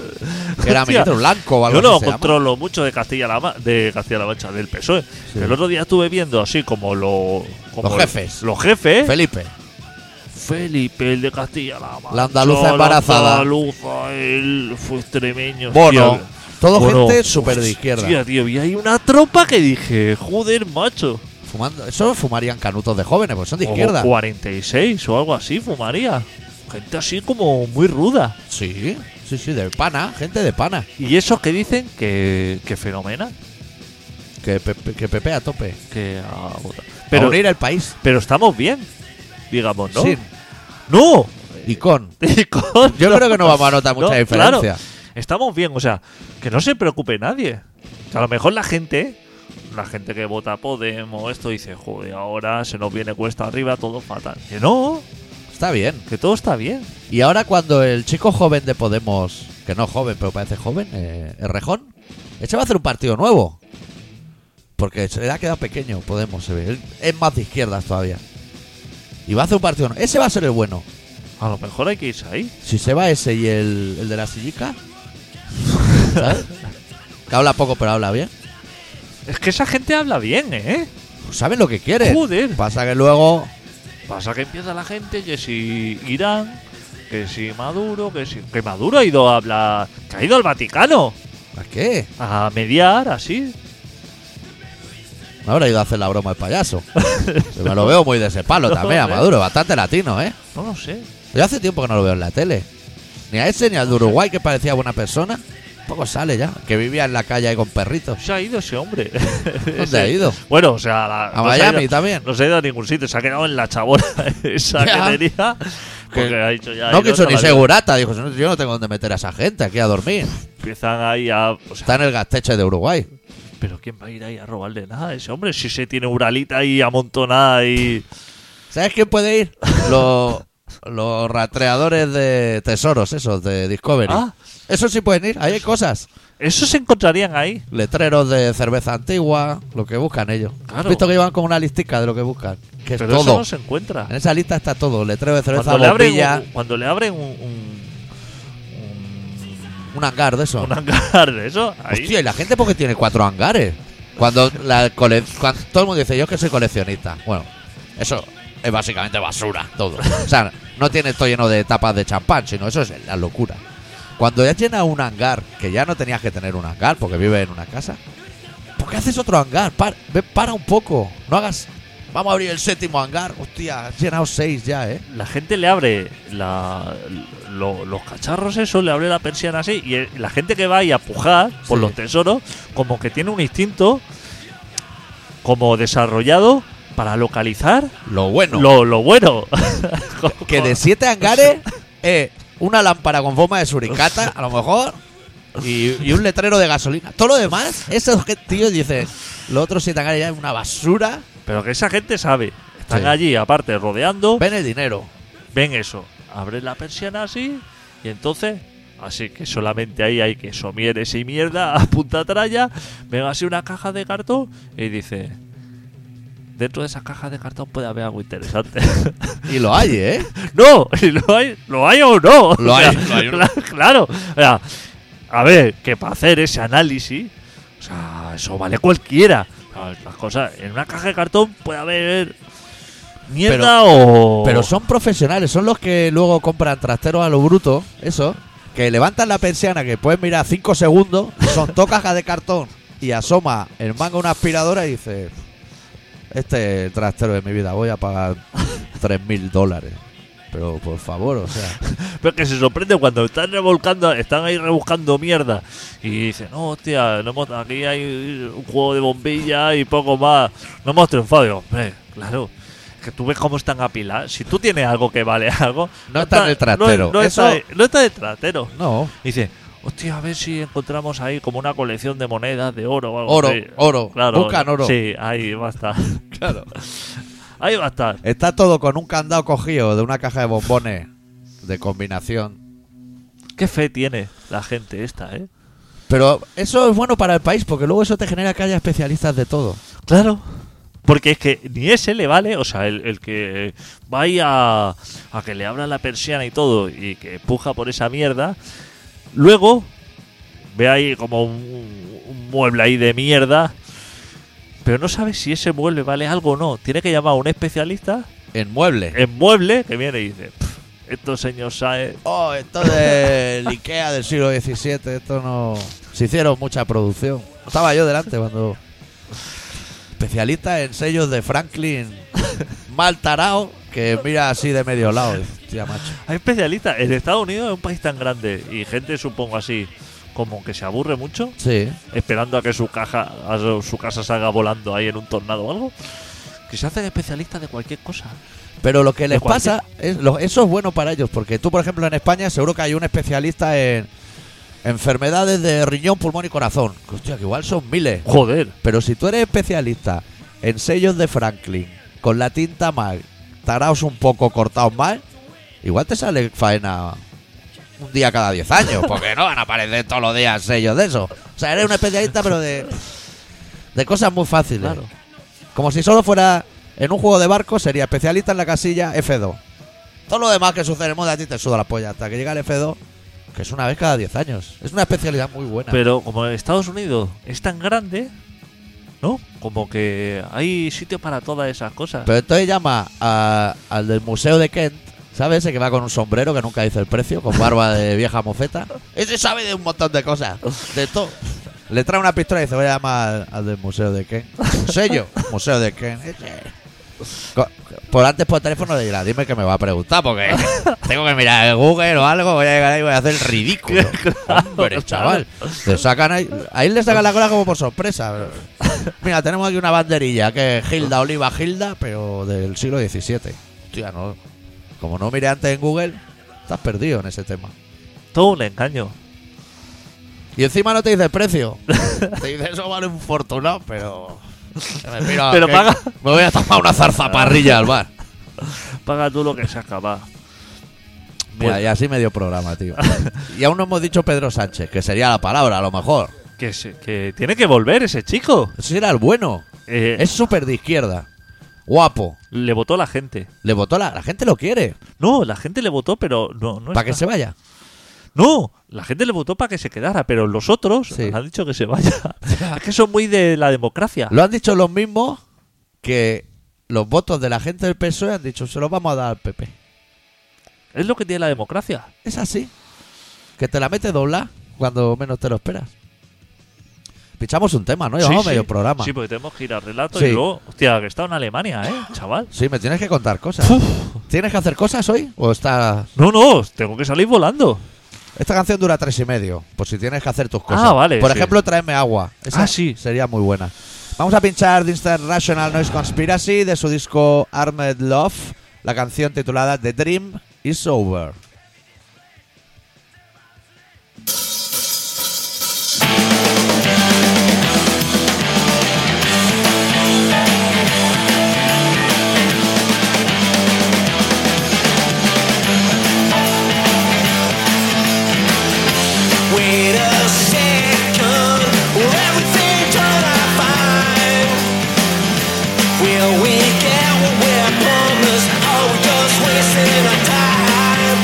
Speaker 1: Que era
Speaker 2: Hostia.
Speaker 1: ministro blanco o algo
Speaker 2: yo no
Speaker 1: así se llama.
Speaker 2: controlo mucho de Castilla-La Ma- de Castilla-La Mancha, del PSOE.
Speaker 1: Sí.
Speaker 2: E. El otro día estuve viendo así como, lo- como
Speaker 1: Los jefes.
Speaker 2: Los jefes.
Speaker 1: Felipe.
Speaker 2: Felipe, el de Castilla-La Mancha.
Speaker 1: La andaluza embarazada.
Speaker 2: La andaluza, el fue extremeño.
Speaker 1: Bono.
Speaker 2: hostia.
Speaker 1: Todo
Speaker 2: Bono.
Speaker 1: gente súper de izquierda.
Speaker 2: Hostia, tío, y hay una tropa que dije, joder, macho.
Speaker 1: Fumando, eso fumarían canutos de jóvenes, porque son de
Speaker 2: Como
Speaker 1: izquierda.
Speaker 2: 46 o algo así, fumaría. Gente así como muy ruda.
Speaker 1: Sí, sí, sí, de pana, gente de pana.
Speaker 2: Y esos que dicen que, que fenomenal.
Speaker 1: Que, Pepe, que Pepe a tope.
Speaker 2: que a otra.
Speaker 1: Pero,
Speaker 2: Pero,
Speaker 1: unir el país.
Speaker 2: pero estamos bien, digamos, ¿no?
Speaker 1: Sin
Speaker 2: ¡No! <laughs>
Speaker 1: y con.
Speaker 2: Y con-
Speaker 1: Yo creo que no vamos a notar mucha
Speaker 2: No, claro.
Speaker 1: diferencia.
Speaker 2: Estamos bien, o sea, que no se preocupe nadie. O sea, a lo mejor la gente, la gente que vota Podemos, esto dice, joder, ahora se nos viene cuesta arriba, todo fatal. Que no,
Speaker 1: Está bien.
Speaker 2: que todo está bien.
Speaker 1: Y ahora cuando el chico joven de Podemos, que no es joven, pero parece joven, eh, el Rejón, ese va a hacer un partido nuevo. Porque se le ha quedado pequeño Podemos, se ve. Él Es más de izquierdas todavía. Y va a hacer un partido nuevo. Ese va a ser el bueno.
Speaker 2: A lo mejor hay que irse ahí.
Speaker 1: Si se va ese y el, el de la sillica, ¿sabes? Que habla poco pero habla bien.
Speaker 2: Es que esa gente habla bien, ¿eh?
Speaker 1: Pues saben lo que quieren.
Speaker 2: Joder.
Speaker 1: Pasa que luego
Speaker 2: Pasa que empieza la gente que si Irán, que si Maduro, que si... Que Maduro ha ido a hablar... Que ha ido al Vaticano
Speaker 1: ¿A qué?
Speaker 2: a mediar, así.
Speaker 1: Me habrá ido a hacer la broma el
Speaker 2: <laughs>
Speaker 1: payaso. Pero me lo veo muy de ese palo también, a
Speaker 2: Joder.
Speaker 1: Maduro. Bastante latino, ¿eh?
Speaker 2: No lo sé.
Speaker 1: Yo hace tiempo que no lo veo en la tele. Ni a ese ni al de Uruguay, que parecía buena persona. Poco sale ya. Que vivía en la calle ahí con perritos.
Speaker 2: Se ha ido ese hombre. <laughs>
Speaker 1: ¿Dónde ha ido?
Speaker 2: Bueno, o sea... la-
Speaker 1: A
Speaker 2: no se ha
Speaker 1: Miami
Speaker 2: ido-
Speaker 1: también.
Speaker 2: No se ha ido a ningún sitio, se ha quedado en la chabola <laughs> esa
Speaker 1: Ya.
Speaker 2: que tenía. Porque
Speaker 1: Que-
Speaker 2: ha dicho ya.
Speaker 1: No
Speaker 2: he ido
Speaker 1: quiso
Speaker 2: hasta
Speaker 1: ni
Speaker 2: la-
Speaker 1: segurata. Dijo, "No, yo no tengo dónde meter a esa gente aquí a dormir.
Speaker 2: Empiezan ahí a. o sea,
Speaker 1: Está en el gasteche de Uruguay.
Speaker 2: pero ¿quién va a ir ahí a robarle nada a ese hombre? Si se tiene uralita ahí amontonada y.
Speaker 1: ¿Sabes quién puede ir? Los, los rastreadores de tesoros, esos de Discovery.
Speaker 2: Ah.
Speaker 1: Esos sí pueden ir. Ahí hay cosas.
Speaker 2: Eso se encontrarían ahí.
Speaker 1: Letreros de cerveza antigua, lo que buscan ellos.
Speaker 2: Claro.
Speaker 1: ¿Has visto que llevan como una listica de lo que buscan? Que es
Speaker 2: Pero
Speaker 1: todo.
Speaker 2: eso no se encuentra.
Speaker 1: En esa lista está todo. Letrero de cerveza,
Speaker 2: Cuando le, abren
Speaker 1: bombilla,
Speaker 2: un, cuando le abren un. un-
Speaker 1: un hangar de eso.
Speaker 2: un hangar de eso, ahí.
Speaker 1: Hostia, Pues, ¿y la gente porque tiene cuatro hangares? Cuando, la cole- cuan- todo el mundo dice, yo es que soy coleccionista. Bueno, eso es básicamente basura, todo. O sea, no tiene esto lleno de tapas de champán, sino eso es la locura. Cuando ya llena un hangar, que ya no tenías que tener un hangar porque vive en una casa, ¿por qué haces otro hangar? Para, para un poco, no hagas... Vamos a abrir el séptimo hangar. Hostia, has llenado seis ya, ¿eh?
Speaker 2: La gente le abre la- lo- los cacharros, eso, le abre la persiana así. Y el- la gente que va ahí a pujar por
Speaker 1: Sí.
Speaker 2: los tesoros, como que tiene un instinto como desarrollado para localizar
Speaker 1: Lo bueno.
Speaker 2: lo, lo bueno. <laughs>
Speaker 1: Que de siete hangares, eh, una lámpara con forma de suricata, a lo mejor, y, y un letrero de gasolina. Todo lo demás, esos que- tíos dicen, los otros siete hangares ya es una basura.
Speaker 2: Pero que esa gente sabe. Están
Speaker 1: Sí.
Speaker 2: allí, aparte, rodeando.
Speaker 1: Ven el dinero.
Speaker 2: Ven eso. Abren la persiana así y entonces... Así que solamente ahí hay que somieres y mierda <laughs> a punta tralla. Ven así una caja de cartón y dice... Dentro de esa caja de cartón puede haber algo interesante. <laughs>
Speaker 1: Y lo hay, ¿eh?
Speaker 2: no, <laughs> y lo hay, lo hay o no.
Speaker 1: Lo
Speaker 2: <laughs> O
Speaker 1: hay,
Speaker 2: sea,
Speaker 1: lo hay o no.
Speaker 2: cla- Claro. O sea, a ver, que para hacer ese análisis, o sea, eso vale cualquiera. O sea, Las cosas, en una caja de cartón puede haber mierda o.
Speaker 1: Pero son profesionales, son los que luego compran trasteros a lo bruto, eso, que levantan la persiana, que puedes mirar cinco segundos, son dos cajas de cartón, y asoma el manga una aspiradora y dice, este es el trastero de mi vida, voy a pagar tres mil dólares. Pero por favor, o sea...
Speaker 2: Pero que se sorprende cuando están revolcando, están ahí rebuscando mierda. Y dicen, no, hostia, no hemos- aquí hay un juego de bombilla y poco más. No hemos triunfado. Digo, hombre, claro. Que tú ves cómo están apilados. Si tú tienes algo que vale algo.
Speaker 1: No está en el trastero.
Speaker 2: No, no está,
Speaker 1: Eso-
Speaker 2: no está en el trastero.
Speaker 1: No,
Speaker 2: Dice, hostia, a ver si encontramos ahí como una colección de monedas de oro o algo
Speaker 1: oro,
Speaker 2: así".
Speaker 1: oro,
Speaker 2: Claro,
Speaker 1: buscan oro.
Speaker 2: Sí, ahí va a estar. <laughs>
Speaker 1: Claro.
Speaker 2: Ahí va a estar.
Speaker 1: Está todo con un candado cogido de una caja de bombones de combinación.
Speaker 2: Qué fe tiene la gente esta, ¿eh?
Speaker 1: Pero eso es bueno para el país porque luego eso te genera que haya especialistas de todo.
Speaker 2: Claro. Porque es que ni ese le vale, o sea, el, el que va ahí a, a que le abra la persiana y todo y que puja por esa mierda, luego ve ahí como un, un mueble ahí de mierda, pero no sabe si ese mueble vale algo o no. Tiene que llamar a un especialista
Speaker 1: En muebles.
Speaker 2: en mueble que viene y dice, "Pff, esto señor sabe,
Speaker 1: Oh, esto del <laughs> Ikea del siglo XVII, esto no... Se hicieron mucha producción. Estaba yo delante cuando... Especialista en sellos de Franklin mal tarao que mira así de medio lado. Hostia, macho.
Speaker 2: hay especialistas. En Estados Unidos es un país tan grande y gente supongo así, como que se aburre mucho,
Speaker 1: Sí.
Speaker 2: esperando a que su caja, a su- su casa salga volando ahí en un tornado o algo, que se hacen especialistas de cualquier cosa.
Speaker 1: Pero lo que les
Speaker 2: cualquier-
Speaker 1: pasa, es, lo- eso es bueno para ellos, porque tú, por ejemplo, en España seguro que hay un especialista en enfermedades de riñón, pulmón y corazón. Que, Hostia, que igual son miles.
Speaker 2: Joder,
Speaker 1: Pero si tú eres especialista en sellos de Franklin, con la tinta mal, taraos un poco, cortados mal, igual te sale faena un día cada 10 años, porque no van a aparecer todos los días sellos de eso. O sea, eres un especialista, pero de, de cosas muy fáciles.
Speaker 2: claro.
Speaker 1: Como si solo fuera en un juego de barco, sería especialista en la casilla F2. Todo lo demás que sucede en el mundo a ti te suda la polla hasta que llega el F2, que es una vez cada 10 años. Es una especialidad muy buena.
Speaker 2: Pero como Estados Unidos es tan grande, ¿no? Como que hay sitio para todas esas cosas.
Speaker 1: Pero entonces llama a- al del museo de Kent, ¿sabes? Ese que va con un sombrero que nunca dice el precio, con barba de vieja mofeta. Ese sabe de un montón de cosas, de todo. Le trae una pistola y dice, voy a llamar al, al del museo de Kent. Un sello, museo de Kent. ese. Co- Por antes por teléfono le dirá, dime que me va a preguntar porque tengo que mirar el Google o algo, voy a llegar ahí y voy a hacer el ridículo. Hombre, chaval. Te sacan ahí, ahí le sacan la cola como por sorpresa. Mira, tenemos aquí una banderilla que es Gilda Oliva Gilda, pero del siglo XVII. Hostia, no. Como no miré antes en Google, estás perdido en ese tema.
Speaker 2: Todo un engaño.
Speaker 1: Y encima no te dice el precio. Te dice eso vale un fortunado, pero. Me piro a-
Speaker 2: Pero
Speaker 1: que-
Speaker 2: paga.
Speaker 1: Me voy a tomar una zarzaparrilla al
Speaker 2: <laughs>
Speaker 1: bar.
Speaker 2: Paga tú lo que se acaba.
Speaker 1: Mira, y así medio programa, tío. Y aún no hemos dicho Pedro Sánchez, que sería la palabra, a lo mejor.
Speaker 2: Que, se- que tiene que volver ese chico.
Speaker 1: Ese era el bueno.
Speaker 2: Eh,
Speaker 1: Es súper de izquierda. Guapo.
Speaker 2: Le votó la gente.
Speaker 1: Le votó la, la gente lo quiere.
Speaker 2: No, la gente le votó, pero no, no
Speaker 1: Para que
Speaker 2: Pues
Speaker 1: se
Speaker 2: está.
Speaker 1: vaya.
Speaker 2: No, la gente le votó para que se quedara, pero los otros
Speaker 1: Sí.
Speaker 2: han dicho que
Speaker 1: <laughs>
Speaker 2: se vaya. es que son muy de la democracia.
Speaker 1: Lo han dicho los mismos que los votos de la gente del PSOE E han dicho, se los vamos a dar al PP.
Speaker 2: Es lo que tiene la democracia.
Speaker 1: Es así. Que te la mete doblar cuando menos te lo esperas. Pichamos un tema, ¿no?
Speaker 2: Sí,
Speaker 1: Llevamos
Speaker 2: sí.
Speaker 1: medio programa.
Speaker 2: Sí, porque tenemos que ir al relato
Speaker 1: Sí.
Speaker 2: y luego. Hostia, que está en Alemania, ¿eh, chaval?
Speaker 1: Sí, me tienes que contar cosas. ¿Tienes que hacer cosas hoy? ¿O está...
Speaker 2: No, no, tengo que salir volando.
Speaker 1: Esta canción dura tres y medio, por si tienes que hacer tus cosas.
Speaker 2: Ah, vale,
Speaker 1: Por
Speaker 2: sí.
Speaker 1: ejemplo, tráeme agua. Esa
Speaker 2: Ah, sí.
Speaker 1: Sería muy buena. Vamos a pinchar The International Noise Conspiracy de su disco Armed Love, la canción titulada The Dream is Over.
Speaker 3: Wait a second, will everything turn out fine? Will we get what we promised? Are we just wasting our time?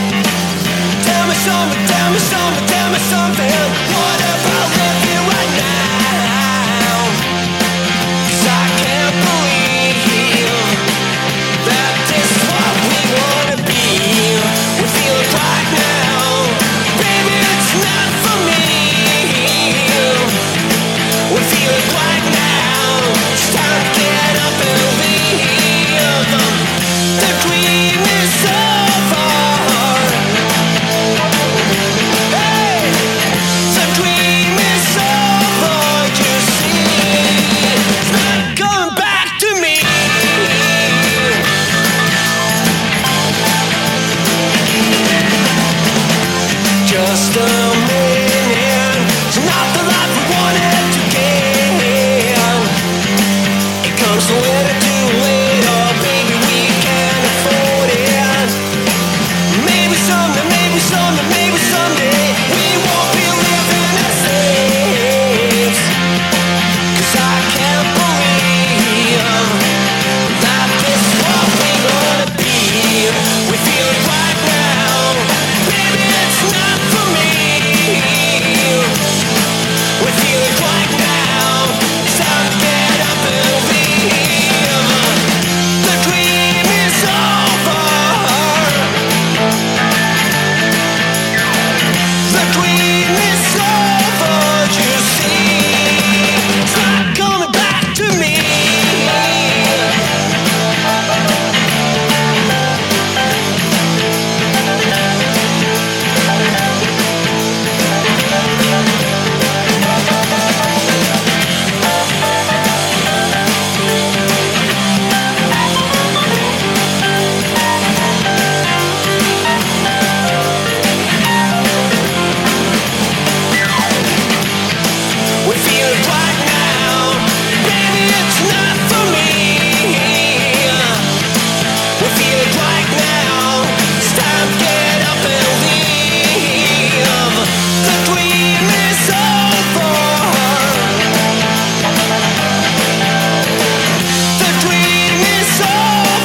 Speaker 3: Mm-hmm.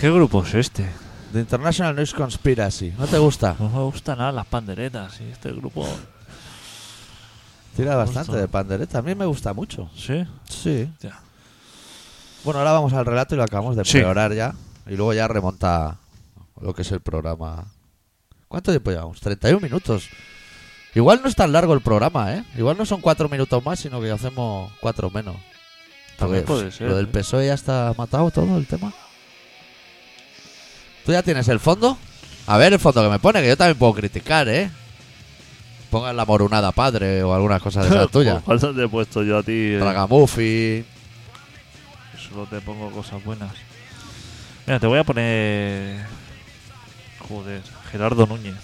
Speaker 2: ¿Qué grupo es este?
Speaker 1: The International News Conspiracy. ¿No te gusta?
Speaker 2: No me gustan nada las panderetas y este grupo.
Speaker 1: Tira
Speaker 2: Me
Speaker 1: bastante
Speaker 2: gusta.
Speaker 1: de pandereta. A mí me gusta mucho.
Speaker 2: ¿Sí?
Speaker 1: Sí.
Speaker 2: Ya.
Speaker 1: Bueno, ahora vamos al relato y lo acabamos de
Speaker 2: Sí.
Speaker 1: empeorar ya. Y luego ya remonta lo que es el programa. ¿Cuánto tiempo llevamos? 31 minutos. Igual no es tan largo el programa, ¿eh? Igual no son cuatro minutos más, sino que hacemos cuatro menos.
Speaker 2: También
Speaker 1: Porque
Speaker 2: puede ser,
Speaker 1: Lo del
Speaker 2: ¿eh?
Speaker 1: PSOE E ya está matado todo el tema. ¿Tú ya tienes el fondo? A ver el fondo que me pone, que yo también puedo criticar, ¿eh? Pongan la morunada padre o alguna cosa de
Speaker 2: <laughs>
Speaker 1: esas tuyas.
Speaker 2: ¿Cuál te he puesto yo a ti? eh?
Speaker 1: Tragamuffin.
Speaker 2: Solo te pongo cosas buenas. Mira, te voy a poner. Joder, Gerardo Núñez.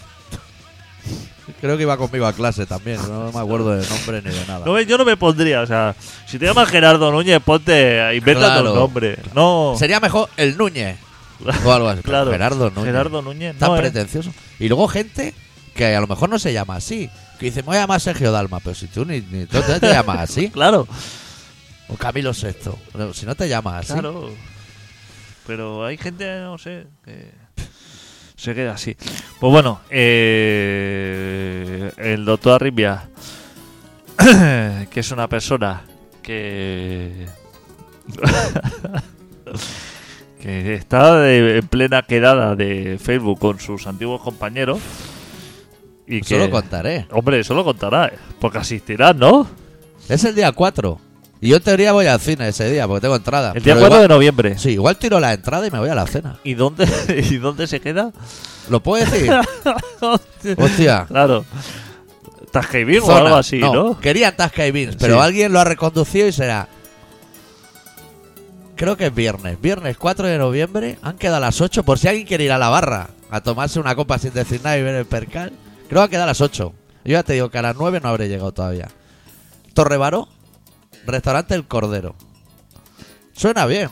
Speaker 1: Creo que iba conmigo a clase también, no me acuerdo de nombre ni de nada.
Speaker 2: No, ves, yo no me pondría, o sea, si te llamas Gerardo Núñez, ponte, inventa
Speaker 1: Claro.
Speaker 2: un nombre. No,
Speaker 1: Sería mejor el Núñez o algo así.
Speaker 2: claro.
Speaker 1: Gerardo Núñez.
Speaker 2: Gerardo Núñez,
Speaker 1: Tan
Speaker 2: no, eh.
Speaker 1: pretencioso. Y luego gente que a lo mejor no se llama así. Que dice, me voy a llamar Sergio Dalma, pero si tú ni, ni- tú te, te llamas así.
Speaker 2: Claro,
Speaker 1: O Camilo VI. No, Si no te llamas así.
Speaker 2: claro. Pero hay gente, no sé, que se queda así. Pues bueno, eh, el doctor Arrimia, <coughs> que es una persona que... <laughs> que está de- en plena quedada de Facebook con sus antiguos compañeros. Y que,
Speaker 1: Solo contaré.
Speaker 2: Hombre, eso lo contará, eh, porque asistirás, ¿no?
Speaker 1: Es el día 4. Y yo en teoría voy al cine ese día, porque tengo entrada.
Speaker 2: El día
Speaker 1: Pero
Speaker 2: 4 de
Speaker 1: igual-
Speaker 2: noviembre.
Speaker 1: Sí, igual tiro la entrada y me voy a la cena.
Speaker 2: ¿Y dónde, <laughs> ¿Y dónde se queda?
Speaker 1: ¿Lo puedo
Speaker 2: <laughs>
Speaker 1: decir? Hostia.
Speaker 2: claro. Tasqueivir o
Speaker 1: Zona.
Speaker 2: algo así, ¿no?
Speaker 1: Querían Tasca y Beans, pero
Speaker 2: Sí.
Speaker 1: alguien lo ha reconducido y será. Creo que es viernes, viernes 4 de noviembre. Han quedado a las 8 por si alguien quiere ir a la barra a tomarse una copa sin decir nada y ver el percal. Creo que ha quedado a las 8. Yo ya te digo que a las 9 no habré llegado todavía. Torrebaró, restaurante El Cordero. Suena bien.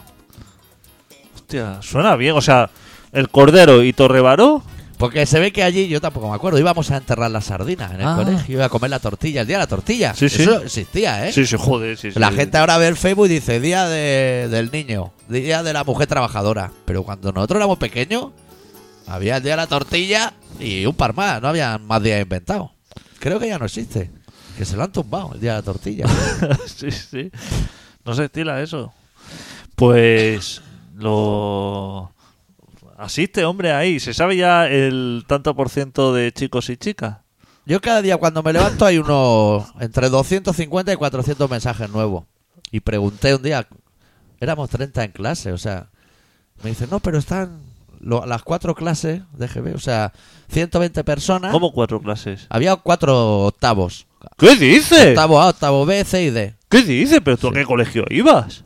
Speaker 2: Hostia, suena bien. O sea, el Cordero y Torrebaró.
Speaker 1: Porque se ve que allí, yo tampoco me acuerdo, íbamos a enterrar las sardinas en el
Speaker 2: Ah.
Speaker 1: colegio, iba a comer la tortilla, el día de la tortilla.
Speaker 2: Sí, sí.
Speaker 1: Eso existía, ¿eh?
Speaker 2: Sí, sí, joder, sí, sí.
Speaker 1: La gente ahora ve el Facebook y dice Día de- del Niño, Día de la Mujer Trabajadora. Pero cuando nosotros éramos pequeños, había el Día de la Tortilla y un par más. No había más días inventados. Creo que ya no existe. Que se lo han tumbado el Día de la
Speaker 2: <laughs>
Speaker 1: Tortilla.
Speaker 2: <laughs> sí, sí. No se estila eso. Pues lo... Asiste, hombre, ahí. ¿Se sabe ya el tanto por ciento de chicos y chicas?
Speaker 1: Yo cada día cuando me levanto hay unos entre 250 y 400 mensajes nuevos. Y pregunté un día, éramos 30 en clase, o sea, me dicen, no, pero están lo- las cuatro clases de GB, o sea, 120 personas.
Speaker 2: ¿Cómo cuatro clases?
Speaker 1: Había cuatro octavos.
Speaker 2: ¿Qué dices?
Speaker 1: Octavo A, octavo B, C y D.
Speaker 2: ¿Qué dices? ¿Pero tú a qué colegio ibas?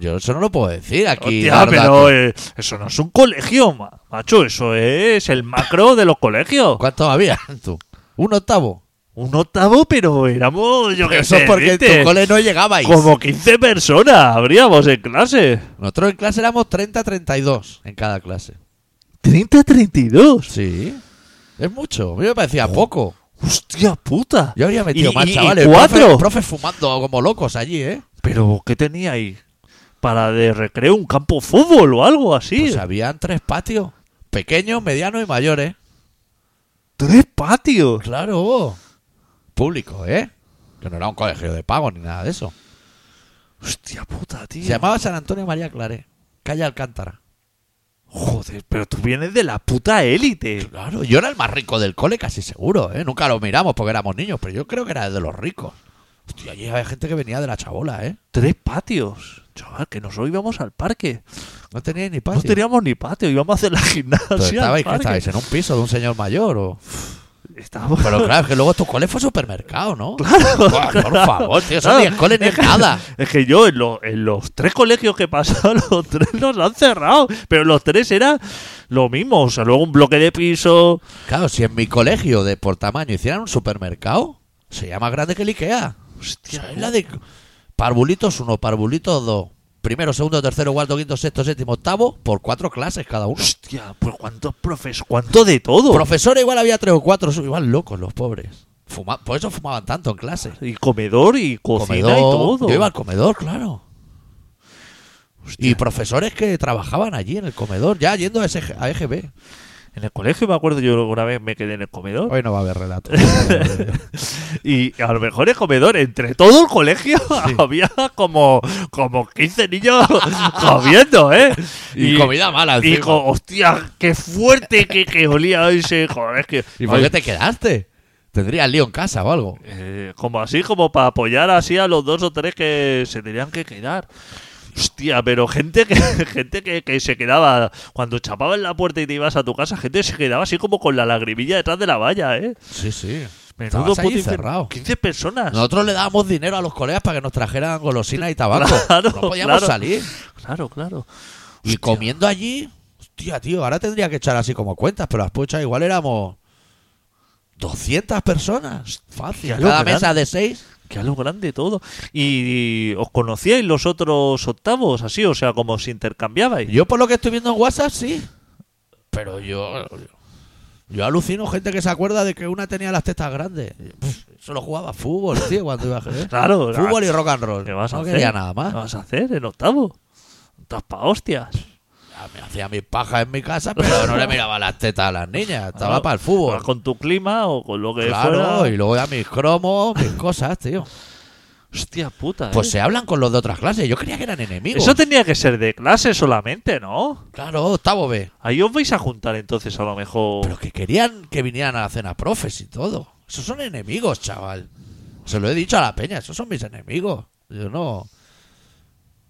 Speaker 1: Yo eso no lo puedo decir aquí.
Speaker 2: Hostia,
Speaker 1: la verdad.
Speaker 2: pero eh, eso no es un colegio, ma- macho. Eso es el macro de los colegios.
Speaker 1: ¿Cuántos había tú? ¿Un octavo?
Speaker 2: Un octavo, pero éramos, yo qué
Speaker 1: Eso
Speaker 2: sé.
Speaker 1: es porque en
Speaker 2: ¿viste?
Speaker 1: tu cole no llegabais.
Speaker 2: Como 15 personas habríamos en clase.
Speaker 1: Nosotros en clase éramos 30-32 en cada clase.
Speaker 2: 30-32.
Speaker 1: Sí. Es mucho. A mí me parecía poco.
Speaker 2: Hostia puta.
Speaker 1: Yo habría metido
Speaker 2: ¿Y-
Speaker 1: más
Speaker 2: y- y
Speaker 1: chavales.
Speaker 2: cuatro?
Speaker 1: Profes, profes fumando como locos allí, ¿eh?
Speaker 2: Pero, ¿qué tenía ahí? Para de recreo un campo de fútbol o algo así.
Speaker 1: Pues habían tres patios. Pequeños, medianos y mayores.
Speaker 2: Tres patios.
Speaker 1: Claro. Público, ¿eh? Que no era un colegio de pago ni nada de eso.
Speaker 2: Hostia puta, tío.
Speaker 1: Se llamaba San Antonio María Claret. Calle Alcántara.
Speaker 2: Joder, pero tú vienes de la puta élite.
Speaker 1: Claro, yo era el más rico del cole, casi seguro, ¿eh? Nunca lo miramos porque éramos niños, pero yo creo que era de los ricos. Hostia, allí había gente que venía de la chabola, ¿eh?
Speaker 2: Tres patios. Chaval, que nosotros íbamos al parque.
Speaker 1: No tenía ni
Speaker 2: No
Speaker 1: patio.
Speaker 2: teníamos ni patio, íbamos a hacer la gimnasia.
Speaker 1: Entonces,
Speaker 2: al
Speaker 1: estabais, ¿qué
Speaker 2: parque.
Speaker 1: estabais? ¿En un piso de un señor mayor o...?
Speaker 2: Estábamos-
Speaker 1: Pero claro, es que luego tu cole fue supermercado, <laughs> ¿no?
Speaker 2: Claro,
Speaker 1: Buah, Por
Speaker 2: claro.
Speaker 1: favor, tío, eso
Speaker 2: Claro.
Speaker 1: ni es cole ni es nada.
Speaker 2: Es que yo en, lo- en los tres colegios que he pasado, <laughs> los tres los han cerrado. Pero los tres era lo mismo. O sea, luego un bloque de piso.
Speaker 1: Claro, si en mi colegio de por tamaño hicieran un supermercado, sería más grande que el Ikea.
Speaker 2: Hostia,
Speaker 1: Hostia, eh. es la de parvulitos 1, parvulitos 2, primero, segundo, tercero, cuarto, quinto, sexto, séptimo, octavo, por cuatro clases cada uno.
Speaker 2: hostia, pues cuántos profes, cuánto de todo.
Speaker 1: Profesores igual había tres o cuatro, son igual locos los pobres. Fuma- por eso fumaban tanto en clase.
Speaker 2: Y comedor y cocina y todo.
Speaker 1: Yo iba al comedor, claro. Y profesores que trabajaban allí en el comedor, ya yendo a, SG a E EGB.
Speaker 2: En el colegio me acuerdo yo una vez me quedé en el comedor
Speaker 1: Hoy no va a haber relato.
Speaker 2: y a lo mejor el comedor entre todo el colegio <laughs> había como, como 15 niños <laughs> comiendo, ¿eh?
Speaker 1: <laughs> y, comida mala,
Speaker 2: Y
Speaker 1: encima.
Speaker 2: co- hostia, qué fuerte que, que olía ese colegio.
Speaker 1: ¿Y por qué te quedaste? Tendrías lío en casa o algo.
Speaker 2: Eh, como así, como para apoyar así a los dos o tres que se tenían que quedar. Hostia, pero gente que <laughs> gente que, que se quedaba, cuando chapaba en la puerta y te ibas a tu casa, gente se quedaba así como con la lagrimilla detrás de la valla, ¿eh?
Speaker 1: Sí, sí.
Speaker 2: Menudo
Speaker 1: Estabas ahí
Speaker 2: puto infierno.
Speaker 1: cerrado.
Speaker 2: 15 personas.
Speaker 1: Nosotros le dábamos dinero a los colegas para que nos trajeran golosinas y tabaco.
Speaker 2: <laughs> Claro,
Speaker 1: no podíamos
Speaker 2: claro.
Speaker 1: salir.
Speaker 2: Claro, claro.
Speaker 1: Y comiendo allí, hostia, tío, ahora tendría que echar así como cuentas, pero las puedo echar, igual éramos 200 personas. Fácil.
Speaker 2: Hostia,
Speaker 1: Cada
Speaker 2: lo que dan.
Speaker 1: mesa de seis.
Speaker 2: Que a lo grande todo. Y, y os conocíais los otros octavos, así, o sea, como os intercambiabais.
Speaker 1: Yo por lo que estoy viendo en WhatsApp, sí. Pero yo... Yo alucino gente que se acuerda de que una tenía las tetas grandes. Pff, Solo jugaba a fútbol, tío, cuando iba a
Speaker 2: <laughs>
Speaker 1: jugar.
Speaker 2: Claro,
Speaker 1: Fútbol y rock and roll.
Speaker 2: ¿Qué vas a
Speaker 1: no
Speaker 2: hacer?
Speaker 1: quería nada más.
Speaker 2: ¿Qué vas a hacer en octavo? Estás pa' hostias.
Speaker 1: Ya Ah, Me hacía mis pajas en mi casa, pero no le miraba las tetas a las
Speaker 2: <laughs>
Speaker 1: niñas. Estaba
Speaker 2: Claro,
Speaker 1: para el fútbol.
Speaker 2: vas Con tu clima o con lo que
Speaker 1: Claro,
Speaker 2: fuera.
Speaker 1: y luego ya mis cromos,
Speaker 2: <laughs>
Speaker 1: mis cosas, tío.
Speaker 2: Hostia puta.
Speaker 1: Pues
Speaker 2: eh.
Speaker 1: se hablan con los de otras clases. Yo creía que eran enemigos.
Speaker 2: Eso tenía que ser de clase solamente, ¿no?
Speaker 1: Claro, octavo B.
Speaker 2: Ahí os vais a juntar entonces a lo mejor.
Speaker 1: Pero que querían que vinieran a la cena profes y todo. Esos son enemigos, chaval. Se lo he dicho a la peña, esos son mis enemigos. Yo no.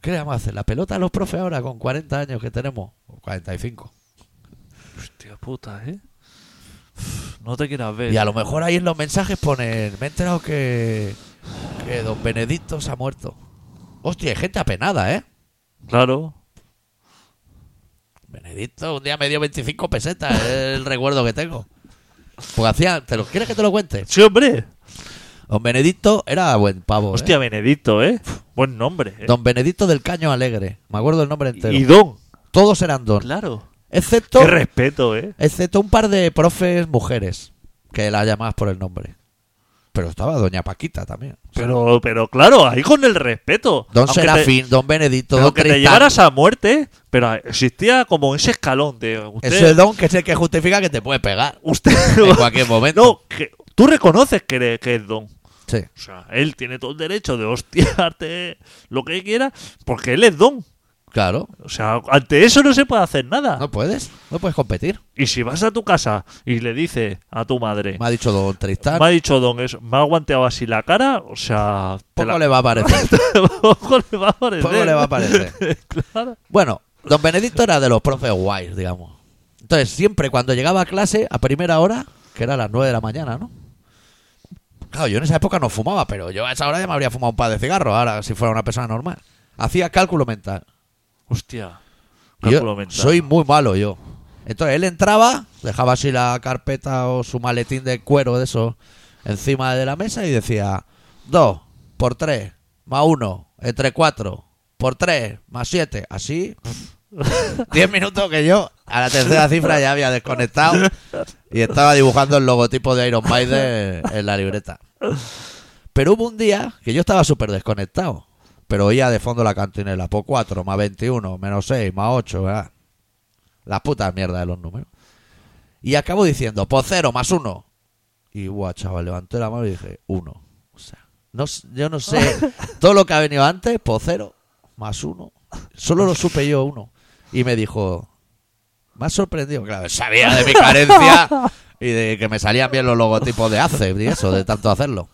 Speaker 1: ¿Qué le vamos a hacer? ¿La pelota a los profes ahora con 40 años que tenemos? O 45.
Speaker 2: Hostia puta, ¿eh? Uf, No te quieras ver.
Speaker 1: Y a lo mejor ahí en los mensajes ponen, me he enterado que, que don Benedicto se ha muerto. Hostia, hay gente apenada, ¿eh?
Speaker 2: Claro.
Speaker 1: Benedicto un día me dio 25 pesetas, es el recuerdo que tengo. Pues hacía, ¿te lo quieres que te lo cuente?
Speaker 2: Sí, hombre.
Speaker 1: Don Benedicto era buen pavo. ¿eh?
Speaker 2: Hostia, Benedicto, ¿eh? Buen nombre. ¿eh?
Speaker 1: Don Benedicto del Caño Alegre. Me acuerdo el nombre entero.
Speaker 2: Y Don.
Speaker 1: Todos eran don.
Speaker 2: Claro.
Speaker 1: Excepto,
Speaker 2: Qué respeto, ¿eh?
Speaker 1: excepto un par de profes mujeres que la llamabas por el nombre. Pero estaba Doña Paquita también.
Speaker 2: Pero, pero claro, ahí con el respeto.
Speaker 1: Don
Speaker 2: Aunque te-
Speaker 1: Serafín, Don Benedicto,
Speaker 2: pero
Speaker 1: Don
Speaker 2: que te
Speaker 1: Tristán.
Speaker 2: llevaras a muerte, pero existía como ese escalón de usted.
Speaker 1: Ese don que es el que justifica que te puede
Speaker 2: <laughs>
Speaker 1: pegar
Speaker 2: usted
Speaker 1: <laughs> en cualquier momento.
Speaker 2: no, que tú reconoces que, eres- que es don.
Speaker 1: Sí.
Speaker 2: O sea, él tiene todo el derecho de hostiarte lo que quiera, porque él es don.
Speaker 1: Claro.
Speaker 2: O sea, ante eso no se puede hacer nada.
Speaker 1: No puedes. No puedes competir.
Speaker 2: Y si vas a tu casa y le dices a tu madre,
Speaker 1: Me ha dicho Don Tristán.
Speaker 2: me ha dicho don eso, me ha aguanteado así la cara, o sea, te
Speaker 1: Poco
Speaker 2: la-
Speaker 1: le va a parecer.
Speaker 2: <laughs> Poco le va a parecer.
Speaker 1: Poco le va a parecer.
Speaker 2: <laughs> Claro.
Speaker 1: Bueno, Don Benedicto era de los profes guays, digamos. Entonces, siempre cuando llegaba a clase, a primera hora, que era a las 9 de la mañana, ¿no? Claro, yo en esa época no fumaba, pero yo a esa hora ya me habría fumado un par de cigarros, ahora si fuera una persona normal. Hacía cálculo mental.
Speaker 2: Hostia.
Speaker 1: Y yo
Speaker 2: Cálculo mental.
Speaker 1: soy muy malo yo. Entonces él entraba, dejaba así la carpeta o su maletín de cuero de eso encima de la mesa y decía dos por tres más uno entre cuatro por tres más siete así pff, diez minutos que yo a la tercera cifra ya había desconectado y estaba dibujando el logotipo de Iron Maiden en la libreta. Pero hubo un día que yo estaba súper desconectado. Pero oía de fondo la cantinela. Por 4, más 21, menos 6, más 8, ¿verdad? La puta mierda de los números. Y acabo diciendo, por 0, más 1. Y guau, chaval, levanté la mano y dije, 1. O sea, no, s- yo no sé todo lo que ha venido antes, por 0, más 1. Solo lo supe yo, 1. Y me dijo, más sorprendido, claro, sabía de mi carencia y de que me salían bien los logotipos de ACE y eso, de tanto hacerlo.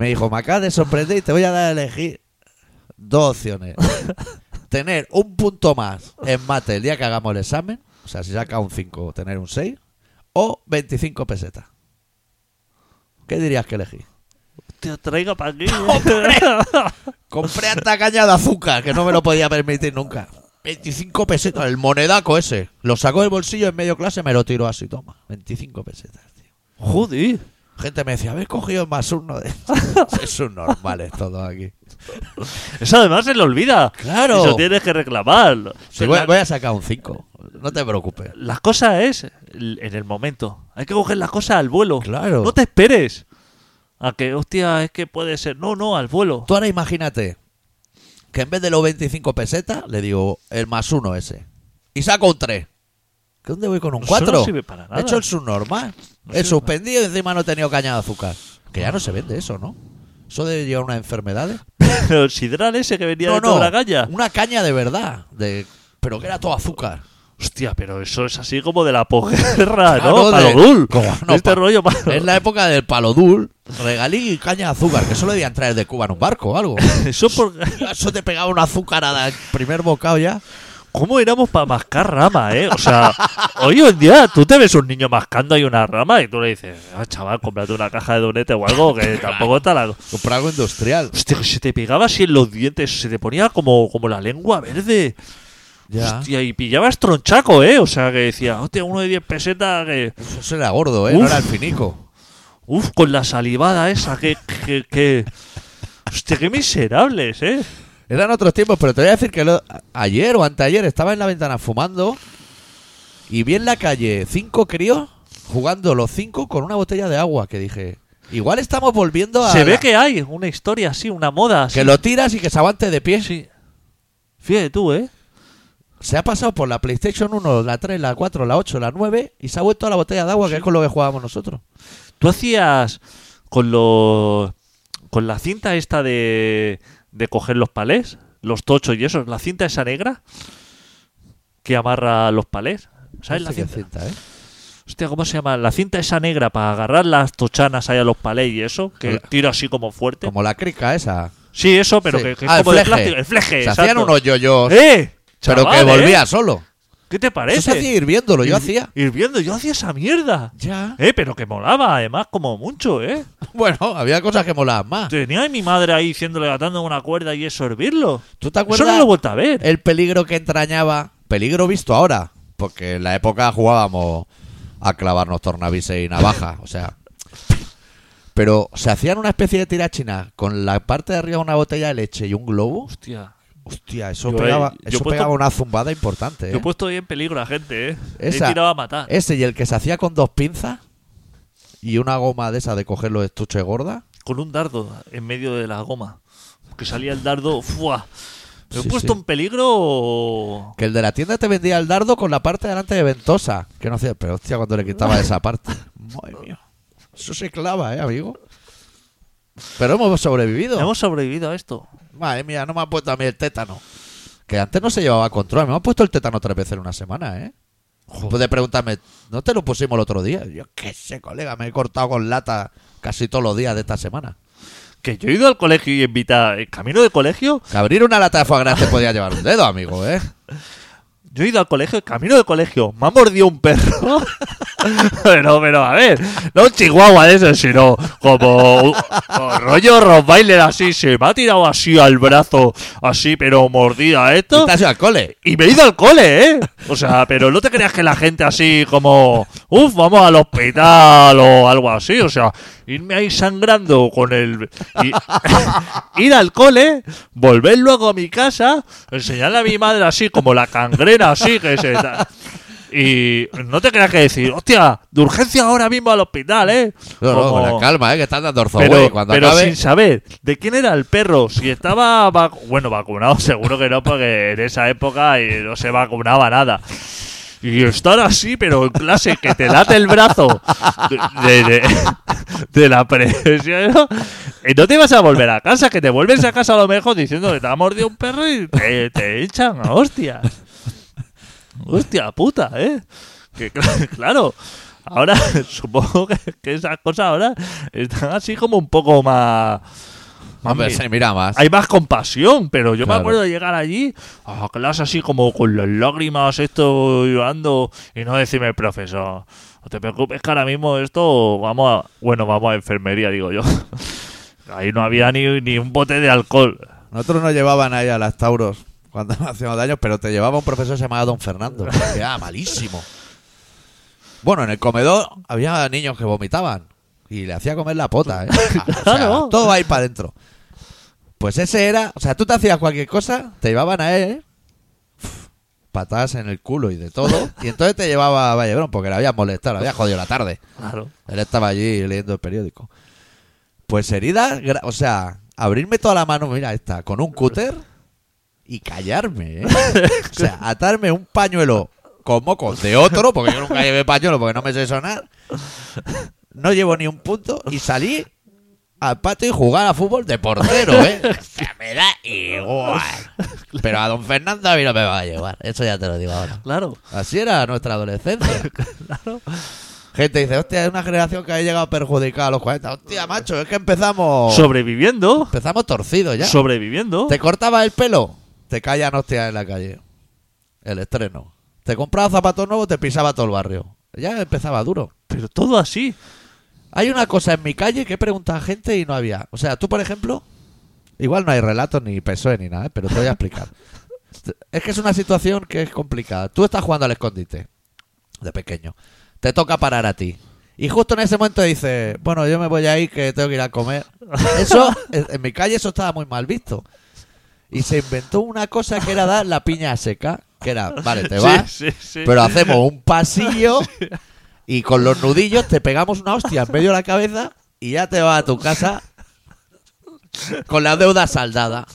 Speaker 1: Me dijo, me acabas de sorprender y te voy a dar a elegir dos opciones. Tener un punto más en mate el día que hagamos el examen, o sea, si saca un 5, tener un 6, o 25 pesetas. ¿Qué dirías que elegí?
Speaker 2: Hostia, traiga
Speaker 1: <laughs>
Speaker 2: para aquí.
Speaker 1: Compré hasta caña de azúcar, que no me lo podía permitir nunca. 25 pesetas, el monedaco ese. Lo sacó del bolsillo en medio clase, me lo tiró así, toma. 25 pesetas, tío.
Speaker 2: Joder.
Speaker 1: Gente me decía, habéis cogido más uno de Esos normales todos aquí.
Speaker 2: Eso además se le olvida.
Speaker 1: Claro.
Speaker 2: Eso tienes que reclamar.
Speaker 1: Sí, voy, voy a sacar un 5, no te preocupes.
Speaker 2: Las cosas es el- en el momento. Hay que coger las cosas al vuelo.
Speaker 1: Claro.
Speaker 2: No te esperes. A que, hostia, es que puede ser. No, no, al vuelo.
Speaker 1: Tú ahora imagínate que en vez de los 25 pesetas, le digo el más uno ese. Y saco un 3. ¿Qué dónde voy con un
Speaker 2: Eso
Speaker 1: 4?
Speaker 2: no sirve para nada.
Speaker 1: He hecho el subnormal.
Speaker 2: No
Speaker 1: el
Speaker 2: sirve
Speaker 1: suspendido y encima no he tenido caña de azúcar. Que ya no se vende eso, ¿no? Eso debe llevar unas enfermedades.
Speaker 2: <laughs> Pero el sidral ese que venía
Speaker 1: no,
Speaker 2: de
Speaker 1: no.
Speaker 2: toda la caña.
Speaker 1: Una caña de verdad. De... Pero que era todo azúcar.
Speaker 2: Hostia, pero eso es así como de la posguerra,
Speaker 1: Ah, no,
Speaker 2: ¿no?
Speaker 1: de- <laughs>
Speaker 2: Palodul.
Speaker 1: ¿Cómo no,
Speaker 2: este
Speaker 1: pa-
Speaker 2: rollo pa-
Speaker 1: Es la época del palodul, regalí y caña de azúcar, que eso lo debían traer de Cuba en un barco o algo.
Speaker 2: Eso por...
Speaker 1: <laughs> Eso te pegaba una azucarada el primer bocado ya.
Speaker 2: ¿Cómo éramos para mascar rama, eh? O sea, hoy en día tú te ves un niño mascando ahí una rama y tú le dices, ah, chaval, cómprate una caja de donete o
Speaker 1: <laughs>
Speaker 2: algo que tampoco está la...
Speaker 1: Comprar algo industrial.
Speaker 2: Hostia, que se te pegaba así en los dientes, se te ponía como, como la lengua verde.
Speaker 1: Ya.
Speaker 2: Hostia, y pillabas tronchaco, ¿eh? O sea, que decía, hostia, uno de 10 pesetas que...
Speaker 1: Eso era gordo, ¿eh?
Speaker 2: Uf.
Speaker 1: No era el finico.
Speaker 2: Uf, con la salivada esa, que... que, que... Hostia, qué miserables, ¿eh?
Speaker 1: Eran otros tiempos, pero te voy a decir que lo- ayer o anteayer estaba en la ventana fumando y vi en la calle cinco críos jugando los cinco con una botella de agua que dije, igual estamos volviendo a...
Speaker 2: Se ve
Speaker 1: la-
Speaker 2: que hay una historia así, una moda así.
Speaker 1: que lo tiras y que se aguante de pie.
Speaker 2: Sí. Fíjate tú, ¿eh?
Speaker 1: Se ha pasado por la PlayStation 1, la 3, la 4, la 8, la 9 y se ha vuelto a la botella de agua, que es con lo que jugábamos nosotros.
Speaker 2: Tú hacías con los con la cinta esta de, de coger los palés, los tochos y esos, la cinta esa negra que amarra los palés. ¿Sabes
Speaker 1: No
Speaker 2: la
Speaker 1: sé qué
Speaker 2: cinta?
Speaker 1: cinta, ¿eh?
Speaker 2: Hostia, ¿cómo se llama? La cinta esa negra para agarrar las tochanas ahí a los palés y eso, que
Speaker 1: Hola.
Speaker 2: tira así como fuerte.
Speaker 1: Como la crica esa.
Speaker 2: Sí, eso, pero
Speaker 1: Sí.
Speaker 2: que, que
Speaker 1: Ah,
Speaker 2: es
Speaker 1: el
Speaker 2: como de
Speaker 1: fleje.
Speaker 2: plástico. El fleje,
Speaker 1: Se hacían
Speaker 2: exacto.
Speaker 1: unos yoyos,
Speaker 2: ¡Eh!
Speaker 1: pero que
Speaker 2: chaval, ¿eh?
Speaker 1: volvía solo.
Speaker 2: ¿Qué te
Speaker 1: Eso se hacía
Speaker 2: parece?
Speaker 1: hirviéndolo, yo
Speaker 2: Hir-
Speaker 1: hacía.
Speaker 2: Hirviendo, yo hacía esa mierda.
Speaker 1: Ya.
Speaker 2: Eh, pero que molaba, además, como mucho, ¿eh?
Speaker 1: <laughs> Bueno, había cosas que molaban más.
Speaker 2: Tenía a mi madre ahí diciéndole atando una cuerda y eso hervirlo.
Speaker 1: ¿Tú te
Speaker 2: Eso
Speaker 1: acuerdas Eh,
Speaker 2: no lo he vuelto a ver.
Speaker 1: el peligro que entrañaba? Peligro visto ahora, porque en la época jugábamos a clavarnos tornavises y navaja, o sea. Pero se hacían una especie de tirachina con la parte de arriba una botella de leche y un globo.
Speaker 2: Hostia.
Speaker 1: Hostia, eso
Speaker 2: Yo, eh,
Speaker 1: pegaba,
Speaker 2: yo he
Speaker 1: eso
Speaker 2: puesto-
Speaker 1: pegaba una zumbada importante.
Speaker 2: Yo
Speaker 1: ¿eh?
Speaker 2: he puesto ahí en peligro a la gente, ¿eh?
Speaker 1: Esa-
Speaker 2: He tirado a matar.
Speaker 1: Ese y el que se hacía con dos pinzas y una goma de esa de coger los estuches gorda.
Speaker 2: Con un dardo en medio de la goma. Que salía el dardo. ¡Fua! Me
Speaker 1: Sí,
Speaker 2: he puesto
Speaker 1: sí.
Speaker 2: en peligro.
Speaker 1: Que el de la tienda te vendía el dardo con la parte delante de ventosa. Que no hacía, pero hostia, cuando le quitaba esa parte. <laughs> Madre mía. Eso se clava, ¿eh, amigo? Pero hemos sobrevivido.
Speaker 2: Hemos sobrevivido a esto.
Speaker 1: Madre mía, no me han puesto a mí el tétano. Que antes no se llevaba control. Me han puesto el tétano tres veces en una semana, ¿eh? Puede preguntarme, ¿no te lo pusimos el otro día? Yo qué sé, colega, me he cortado con lata casi todos los días de esta semana.
Speaker 2: Que yo he ido al colegio y invitado. En camino de colegio,
Speaker 1: Que abrir una lata de foie gras te podía llevar un dedo, amigo, ¿eh?
Speaker 2: Yo he ido al colegio, camino de colegio, me ha mordido un perro. <laughs> pero, pero, a ver, no un chihuahua de esos, sino como, como rollo Rottweiler así, se me ha tirado así al brazo, así, pero mordida
Speaker 1: Y
Speaker 2: esto.
Speaker 1: te has ido al cole.
Speaker 2: Y me he ido al cole, ¿eh? O sea, pero no te creas que la gente así como, uff, vamos al hospital o algo así. O sea, irme ahí sangrando con el... y- <laughs> ir al cole, volver luego a mi casa, enseñarle a mi madre así como la cangrena así que se... da- Y no te creas que decir, hostia, de urgencia ahora mismo al hospital, ¿eh?
Speaker 1: No, no,
Speaker 2: Como-
Speaker 1: con la calma, ¿eh? Que están dando orzo,
Speaker 2: pero,
Speaker 1: güey. Cuando
Speaker 2: pero
Speaker 1: acabe...
Speaker 2: sin saber de quién era el perro, si estaba vac- bueno vacunado, <laughs> seguro que no, porque en esa época eh, no se vacunaba nada. Y estar así, pero en clase, que te late el brazo de, de- <laughs> de la presión. ¿no? Y no te vas a volver a casa, que te vuelves a casa a lo mejor diciendo que te ha mordido un perro y te, te echan a hostias. Hostia puta, ¿eh? Que cl- <laughs> claro, ahora <laughs> supongo que, que esas cosas ahora están así como un poco más... más
Speaker 1: Hombre,
Speaker 2: mi-
Speaker 1: se mira más.
Speaker 2: hay más compasión, pero yo
Speaker 1: Claro.
Speaker 2: me acuerdo de llegar allí a clase así como con las lágrimas, esto llorando y no decirme, profesor, no te preocupes que ahora mismo esto vamos a... Bueno, vamos a enfermería, digo yo. <laughs> Ahí no había ni, ni un bote de alcohol.
Speaker 1: Nosotros nos llevaban ahí a las Tauros cuando <laughs> nos hacíamos daños, pero te llevaba un profesor llamado Don Fernando. Que era malísimo. Bueno, en el comedor había niños que vomitaban y le hacía comer la pota, ¿eh? O sea,
Speaker 2: Claro.
Speaker 1: todo va a ir para adentro. Pues ese era... O sea, tú te hacías cualquier cosa, te llevaban a él, ¿eh? Uf, patadas en el culo y de todo. Y entonces te llevaba a Vallebrón porque le había molestado, le había jodido la tarde.
Speaker 2: Claro.
Speaker 1: Él estaba allí leyendo el periódico. Pues heridas, gra- o sea, abrirme toda la mano, mira esta, con un cúter y callarme, ¿eh? O sea, atarme un pañuelo con mocos de otro, porque yo nunca llevé pañuelo porque no me sé sonar. No llevo ni un punto y salí al patio y jugar a fútbol de portero, ¿eh? O sea, me da igual. Pero a don Fernando a mí no me va a llevar, eso ya te lo digo ahora.
Speaker 2: Claro.
Speaker 1: Así era nuestra adolescencia.
Speaker 2: Claro.
Speaker 1: Gente dice, hostia, es una generación que ha llegado perjudicada a los 40. Hostia, macho, es que empezamos...
Speaker 2: Sobreviviendo.
Speaker 1: Empezamos torcidos ya.
Speaker 2: Sobreviviendo.
Speaker 1: ¿Te cortabas el pelo? Te callan hostias en la calle. El estreno. ¿Te comprabas zapatos nuevos? Te pisaba todo el barrio. Ya empezaba duro.
Speaker 2: Pero todo así.
Speaker 1: Hay una cosa en mi calle que he preguntado a gente y no había. O sea, tú, por ejemplo, igual no hay relatos ni PSOE ni nada, ¿eh? pero te voy a explicar. es que es una situación que es complicada. Tú estás jugando al escondite de pequeño. Te toca parar a ti. Y justo en ese momento dices, bueno, yo me voy a ir que tengo que ir a comer. Eso, en en mi calle eso estaba muy mal visto. Y se inventó una cosa que era dar la piña seca, que era, vale, te
Speaker 2: Sí,
Speaker 1: vas,
Speaker 2: sí, sí.
Speaker 1: pero hacemos un pasillo y con los nudillos te pegamos una hostia en medio de la cabeza y ya te vas a tu casa con la deuda saldada.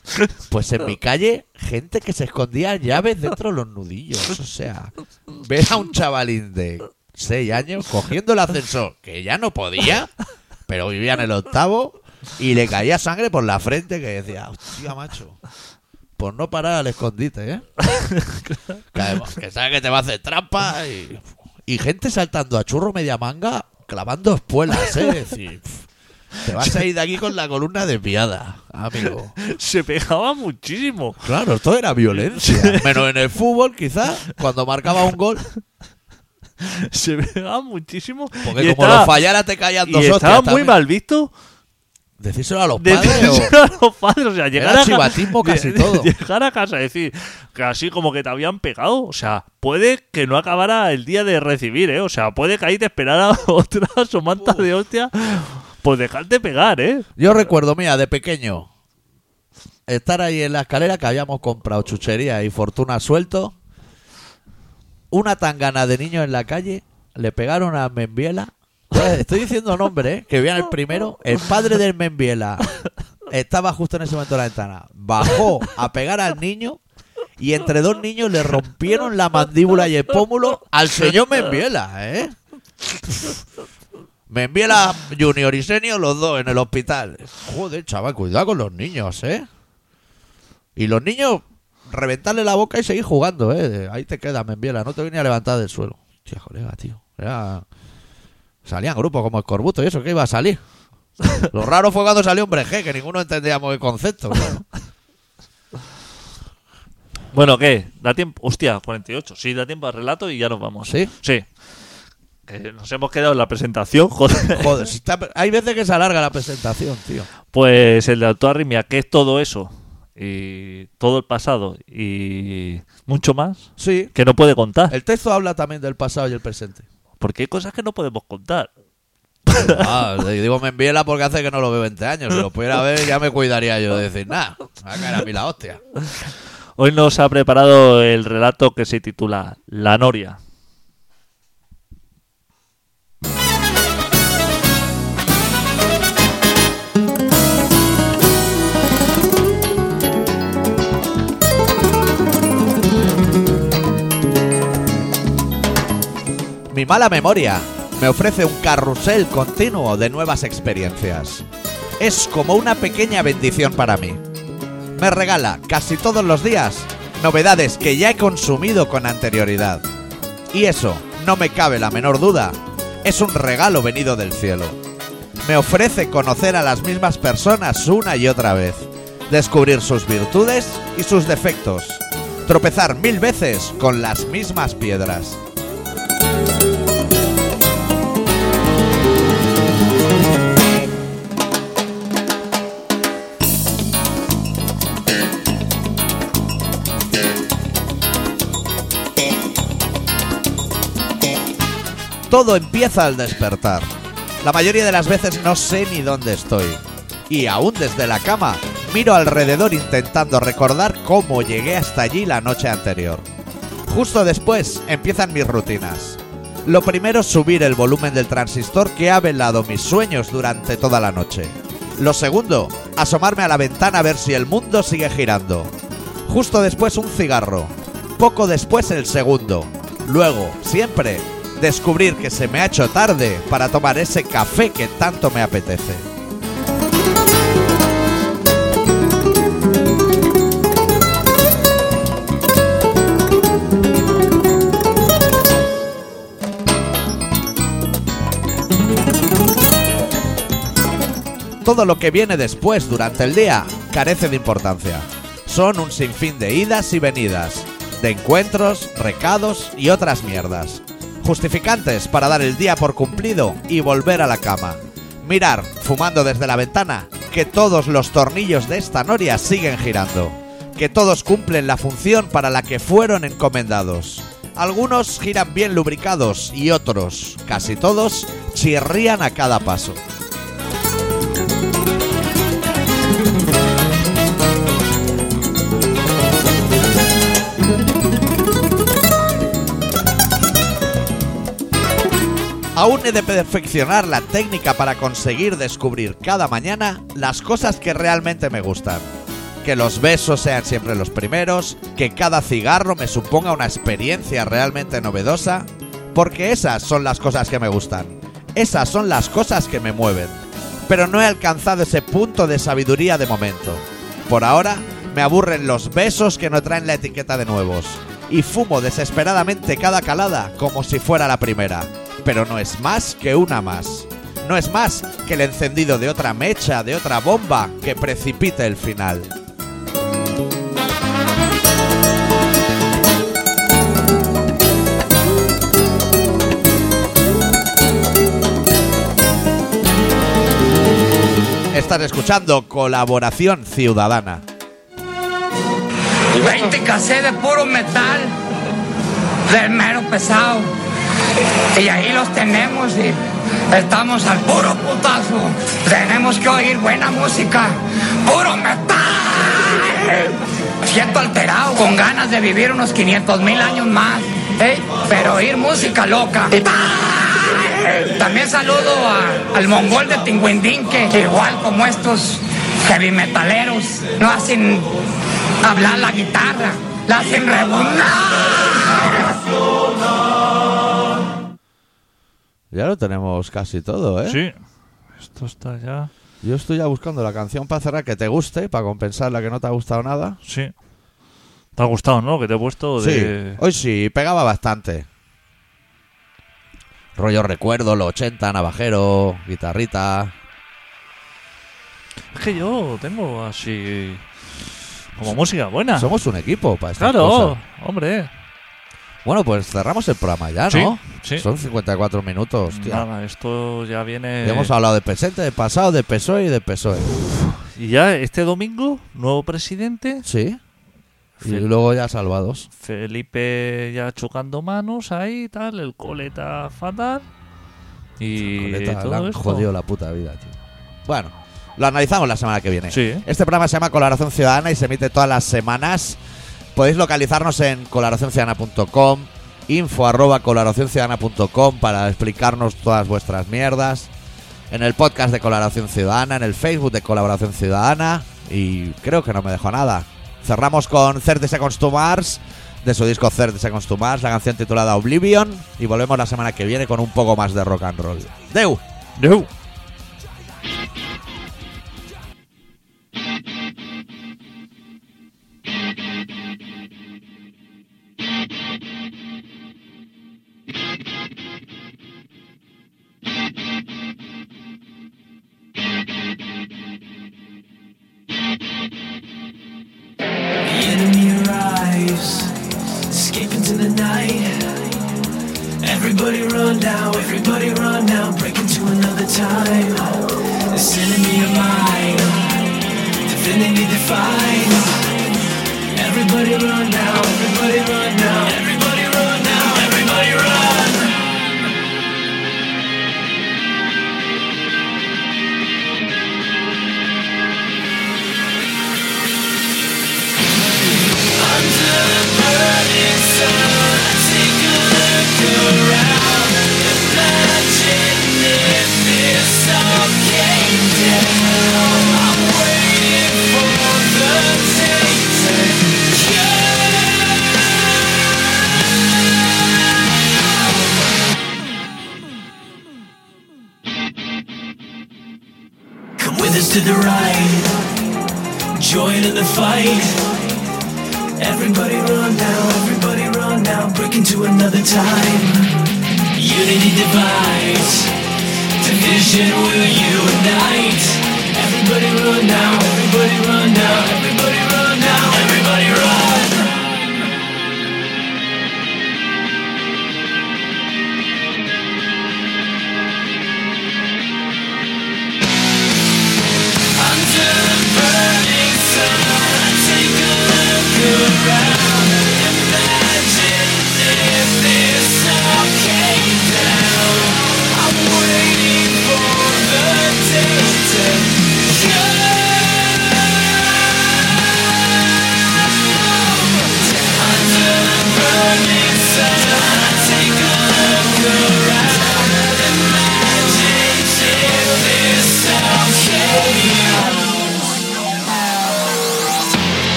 Speaker 1: Pues en mi calle, gente que se escondía llaves dentro de los nudillos. O sea, ver a un chavalín de 6 años cogiendo el ascensor, que ya no podía, pero vivía en el octavo, y le caía sangre por la frente que decía, hostia, macho. Por no parar al escondite, ¿eh? que, además-
Speaker 2: <laughs>
Speaker 1: que sabe que te va a hacer trampa y, y gente saltando a churro media manga clavando espuelas, ¿eh? Es decir, pf, te vas a ir de aquí con la columna desviada, amigo.
Speaker 2: Se pegaba muchísimo.
Speaker 1: Claro, esto era violencia. Menos en el fútbol, quizás, cuando marcaba un gol.
Speaker 2: Se pegaba muchísimo.
Speaker 1: Porque
Speaker 2: y
Speaker 1: como
Speaker 2: estaba,
Speaker 1: lo fallara te caían
Speaker 2: y
Speaker 1: dos
Speaker 2: estaba
Speaker 1: hostias.
Speaker 2: muy
Speaker 1: también.
Speaker 2: mal visto.
Speaker 1: Decírselo a los
Speaker 2: de
Speaker 1: padres. o-
Speaker 2: decírselo a los padres. O sea, llegar
Speaker 1: Era
Speaker 2: a ca-
Speaker 1: chivatismo
Speaker 2: <laughs> de-
Speaker 1: casi
Speaker 2: de-
Speaker 1: todo.
Speaker 2: Llegar a casa y decir que así como que te habían pegado. O sea, puede que no acabara el día de recibir, ¿eh? O sea, puede que ahí te esperara <laughs> otra somanta de hostia. Pues dejarte pegar, ¿eh?
Speaker 1: Yo recuerdo, mira, de pequeño, estar ahí en la escalera que habíamos comprado chuchería y fortuna suelto. Una tangana de niños en la calle le pegaron a Membiela. Estoy diciendo nombre, ¿eh? que vivían el primero. El padre del Membiela estaba justo en ese momento en la ventana. Bajó a pegar al niño y entre dos niños le rompieron la mandíbula y el pómulo al señor Membiela, ¿eh? Me envía la Junior y Senior los dos en el hospital. Joder, chaval, cuidado con los niños, ¿eh? Y los niños, reventarle la boca y seguir jugando, ¿eh? De, Ahí te quedas, me envía la, no te vine a levantar del suelo. Hostia, colega, tío. Era... Salían grupos como Escorbuto y eso, que iba a salir? Lo raro fue cuando salió Hombre G, que ninguno entendíamos el concepto. claro.
Speaker 2: Bueno, ¿qué? Da tiempo. Hostia, 48. Sí, da tiempo al relato y ya nos vamos.
Speaker 1: ¿Sí?
Speaker 2: Sí. Que nos hemos quedado en la presentación, <laughs> joder.
Speaker 1: Joder, si está- hay veces que se alarga la presentación, tío.
Speaker 2: Pues el de Autoarritmia, que es todo eso. Y todo el pasado. Y mucho más.
Speaker 1: Sí.
Speaker 2: Que no puede contar.
Speaker 1: El texto habla también del pasado y el presente.
Speaker 2: Porque hay cosas que no podemos contar.
Speaker 1: Ah, le digo me enviela porque hace que no lo veo 20 años. Si lo pudiera ver, ya me cuidaría yo de decir, nada, va a caer a mí la hostia.
Speaker 2: Hoy nos ha preparado el relato que se titula La Noria.
Speaker 1: Mi mala memoria me ofrece un carrusel continuo de nuevas experiencias. Es como una pequeña bendición para mí. Me regala casi todos los días novedades que ya he consumido con anterioridad. Y eso, no me cabe la menor duda, es un regalo venido del cielo. Me ofrece conocer a las mismas personas una y otra vez, descubrir sus virtudes y sus defectos, tropezar mil veces con las mismas piedras. Todo empieza al despertar. La mayoría de las veces no sé ni dónde estoy. Y aún desde la cama, miro alrededor intentando recordar cómo llegué hasta allí la noche anterior. Justo después empiezan mis rutinas. Lo primero es subir el volumen del transistor que ha velado mis sueños durante toda la noche. Lo segundo, asomarme a la ventana a ver si el mundo sigue girando. Justo después un cigarro. Poco después el segundo. Luego, siempre, descubrir que se me ha hecho tarde para tomar ese café que tanto me apetece. Todo lo que viene después durante el día carece de importancia. Son un sinfín de idas y venidas, de encuentros, recados y otras mierdas. Justificantes para dar el día por cumplido y volver a la cama. Mirar, fumando desde la ventana, que todos los tornillos de esta noria siguen girando. Que todos cumplen la función para la que fueron encomendados. Algunos giran bien lubricados y otros, casi todos, chirrían a cada paso. Aún he de perfeccionar la técnica para conseguir descubrir cada mañana las cosas que realmente me gustan. Que los besos sean siempre los primeros, que cada cigarro me suponga una experiencia realmente novedosa, porque esas son las cosas que me gustan, esas son las cosas que me mueven. Pero no he alcanzado ese punto de sabiduría de momento. Por ahora, me aburren los besos que no traen la etiqueta de nuevos. Y fumo desesperadamente cada calada como si fuera la primera. Pero no es más que una más. No es más que el encendido de otra mecha, de otra bomba que precipite el final. Estás escuchando Colaboración Ciudadana.
Speaker 4: 20 cassettes de puro metal, del mero pesado. Y ahí los tenemos y estamos al puro putazo. Tenemos que oír buena música, puro metal. Siento alterado, con ganas de vivir unos 500 mil años más, ¿eh? pero oír música loca. También saludo a- al mongol de Tinguindín, que igual como estos heavy metaleros, no hacen hablar la guitarra, la hacen rebuznar.
Speaker 1: Ya lo tenemos casi todo, ¿eh?
Speaker 2: Sí. Esto está ya.
Speaker 1: Yo estoy ya buscando la canción para cerrar que te guste, para compensar la que no te ha gustado nada.
Speaker 2: Sí. ¿Te ha gustado, no? Lo Que te he puesto de.
Speaker 1: Sí, hoy sí, pegaba bastante. Rollo recuerdo, los 80, navajero, guitarrita.
Speaker 2: Es que yo tengo así. Como música buena.
Speaker 1: Somos un equipo para estas
Speaker 2: Ah. claro,
Speaker 1: cosas.
Speaker 2: hombre.
Speaker 1: Bueno, pues cerramos el programa ya,
Speaker 2: Sí,
Speaker 1: Ah, ¿no?
Speaker 2: sí.
Speaker 1: Son 54 minutos, tío.
Speaker 2: Nada, esto ya viene.
Speaker 1: Ya Hemos hablado de presente, de pasado, de PSOE E y de PSOE.
Speaker 2: Y ya este domingo, nuevo presidente.
Speaker 1: Sí. Y
Speaker 2: Sí.
Speaker 1: luego ya salvados.
Speaker 2: Felipe ya chocando manos ahí y tal. El coleta fatal. Y
Speaker 1: Coleta, le
Speaker 2: todo
Speaker 1: han
Speaker 2: esto.
Speaker 1: jodido la puta vida, tío. Bueno, lo analizamos la semana que viene.
Speaker 2: Sí.
Speaker 1: Este programa se llama Colaboración Ciudadana y se emite todas las semanas. Podéis localizarnos en colaboracionciudadana.com, info arroba colaboracionciudadana.com para explicarnos todas vuestras mierdas. En el podcast de Colaboración Ciudadana, en el Facebook de Colaboración Ciudadana. Y creo que no me dejó nada. Cerramos con 30 Seconds to Mars, de su disco 30 Seconds to Mars, la canción titulada Oblivion. Y volvemos la semana que viene con un poco más de rock and roll. ¡Deu!
Speaker 2: No.
Speaker 5: enemy arrives, escape into the night. Everybody run now, everybody run now, break into another time. This enemy of mine, divinity defined. Everybody run now, everybody run now, everybody run now, everybody run. Thank with us to the right. Join in the fight. Everybody run now, everybody run now. Break into another time. Unity divides, division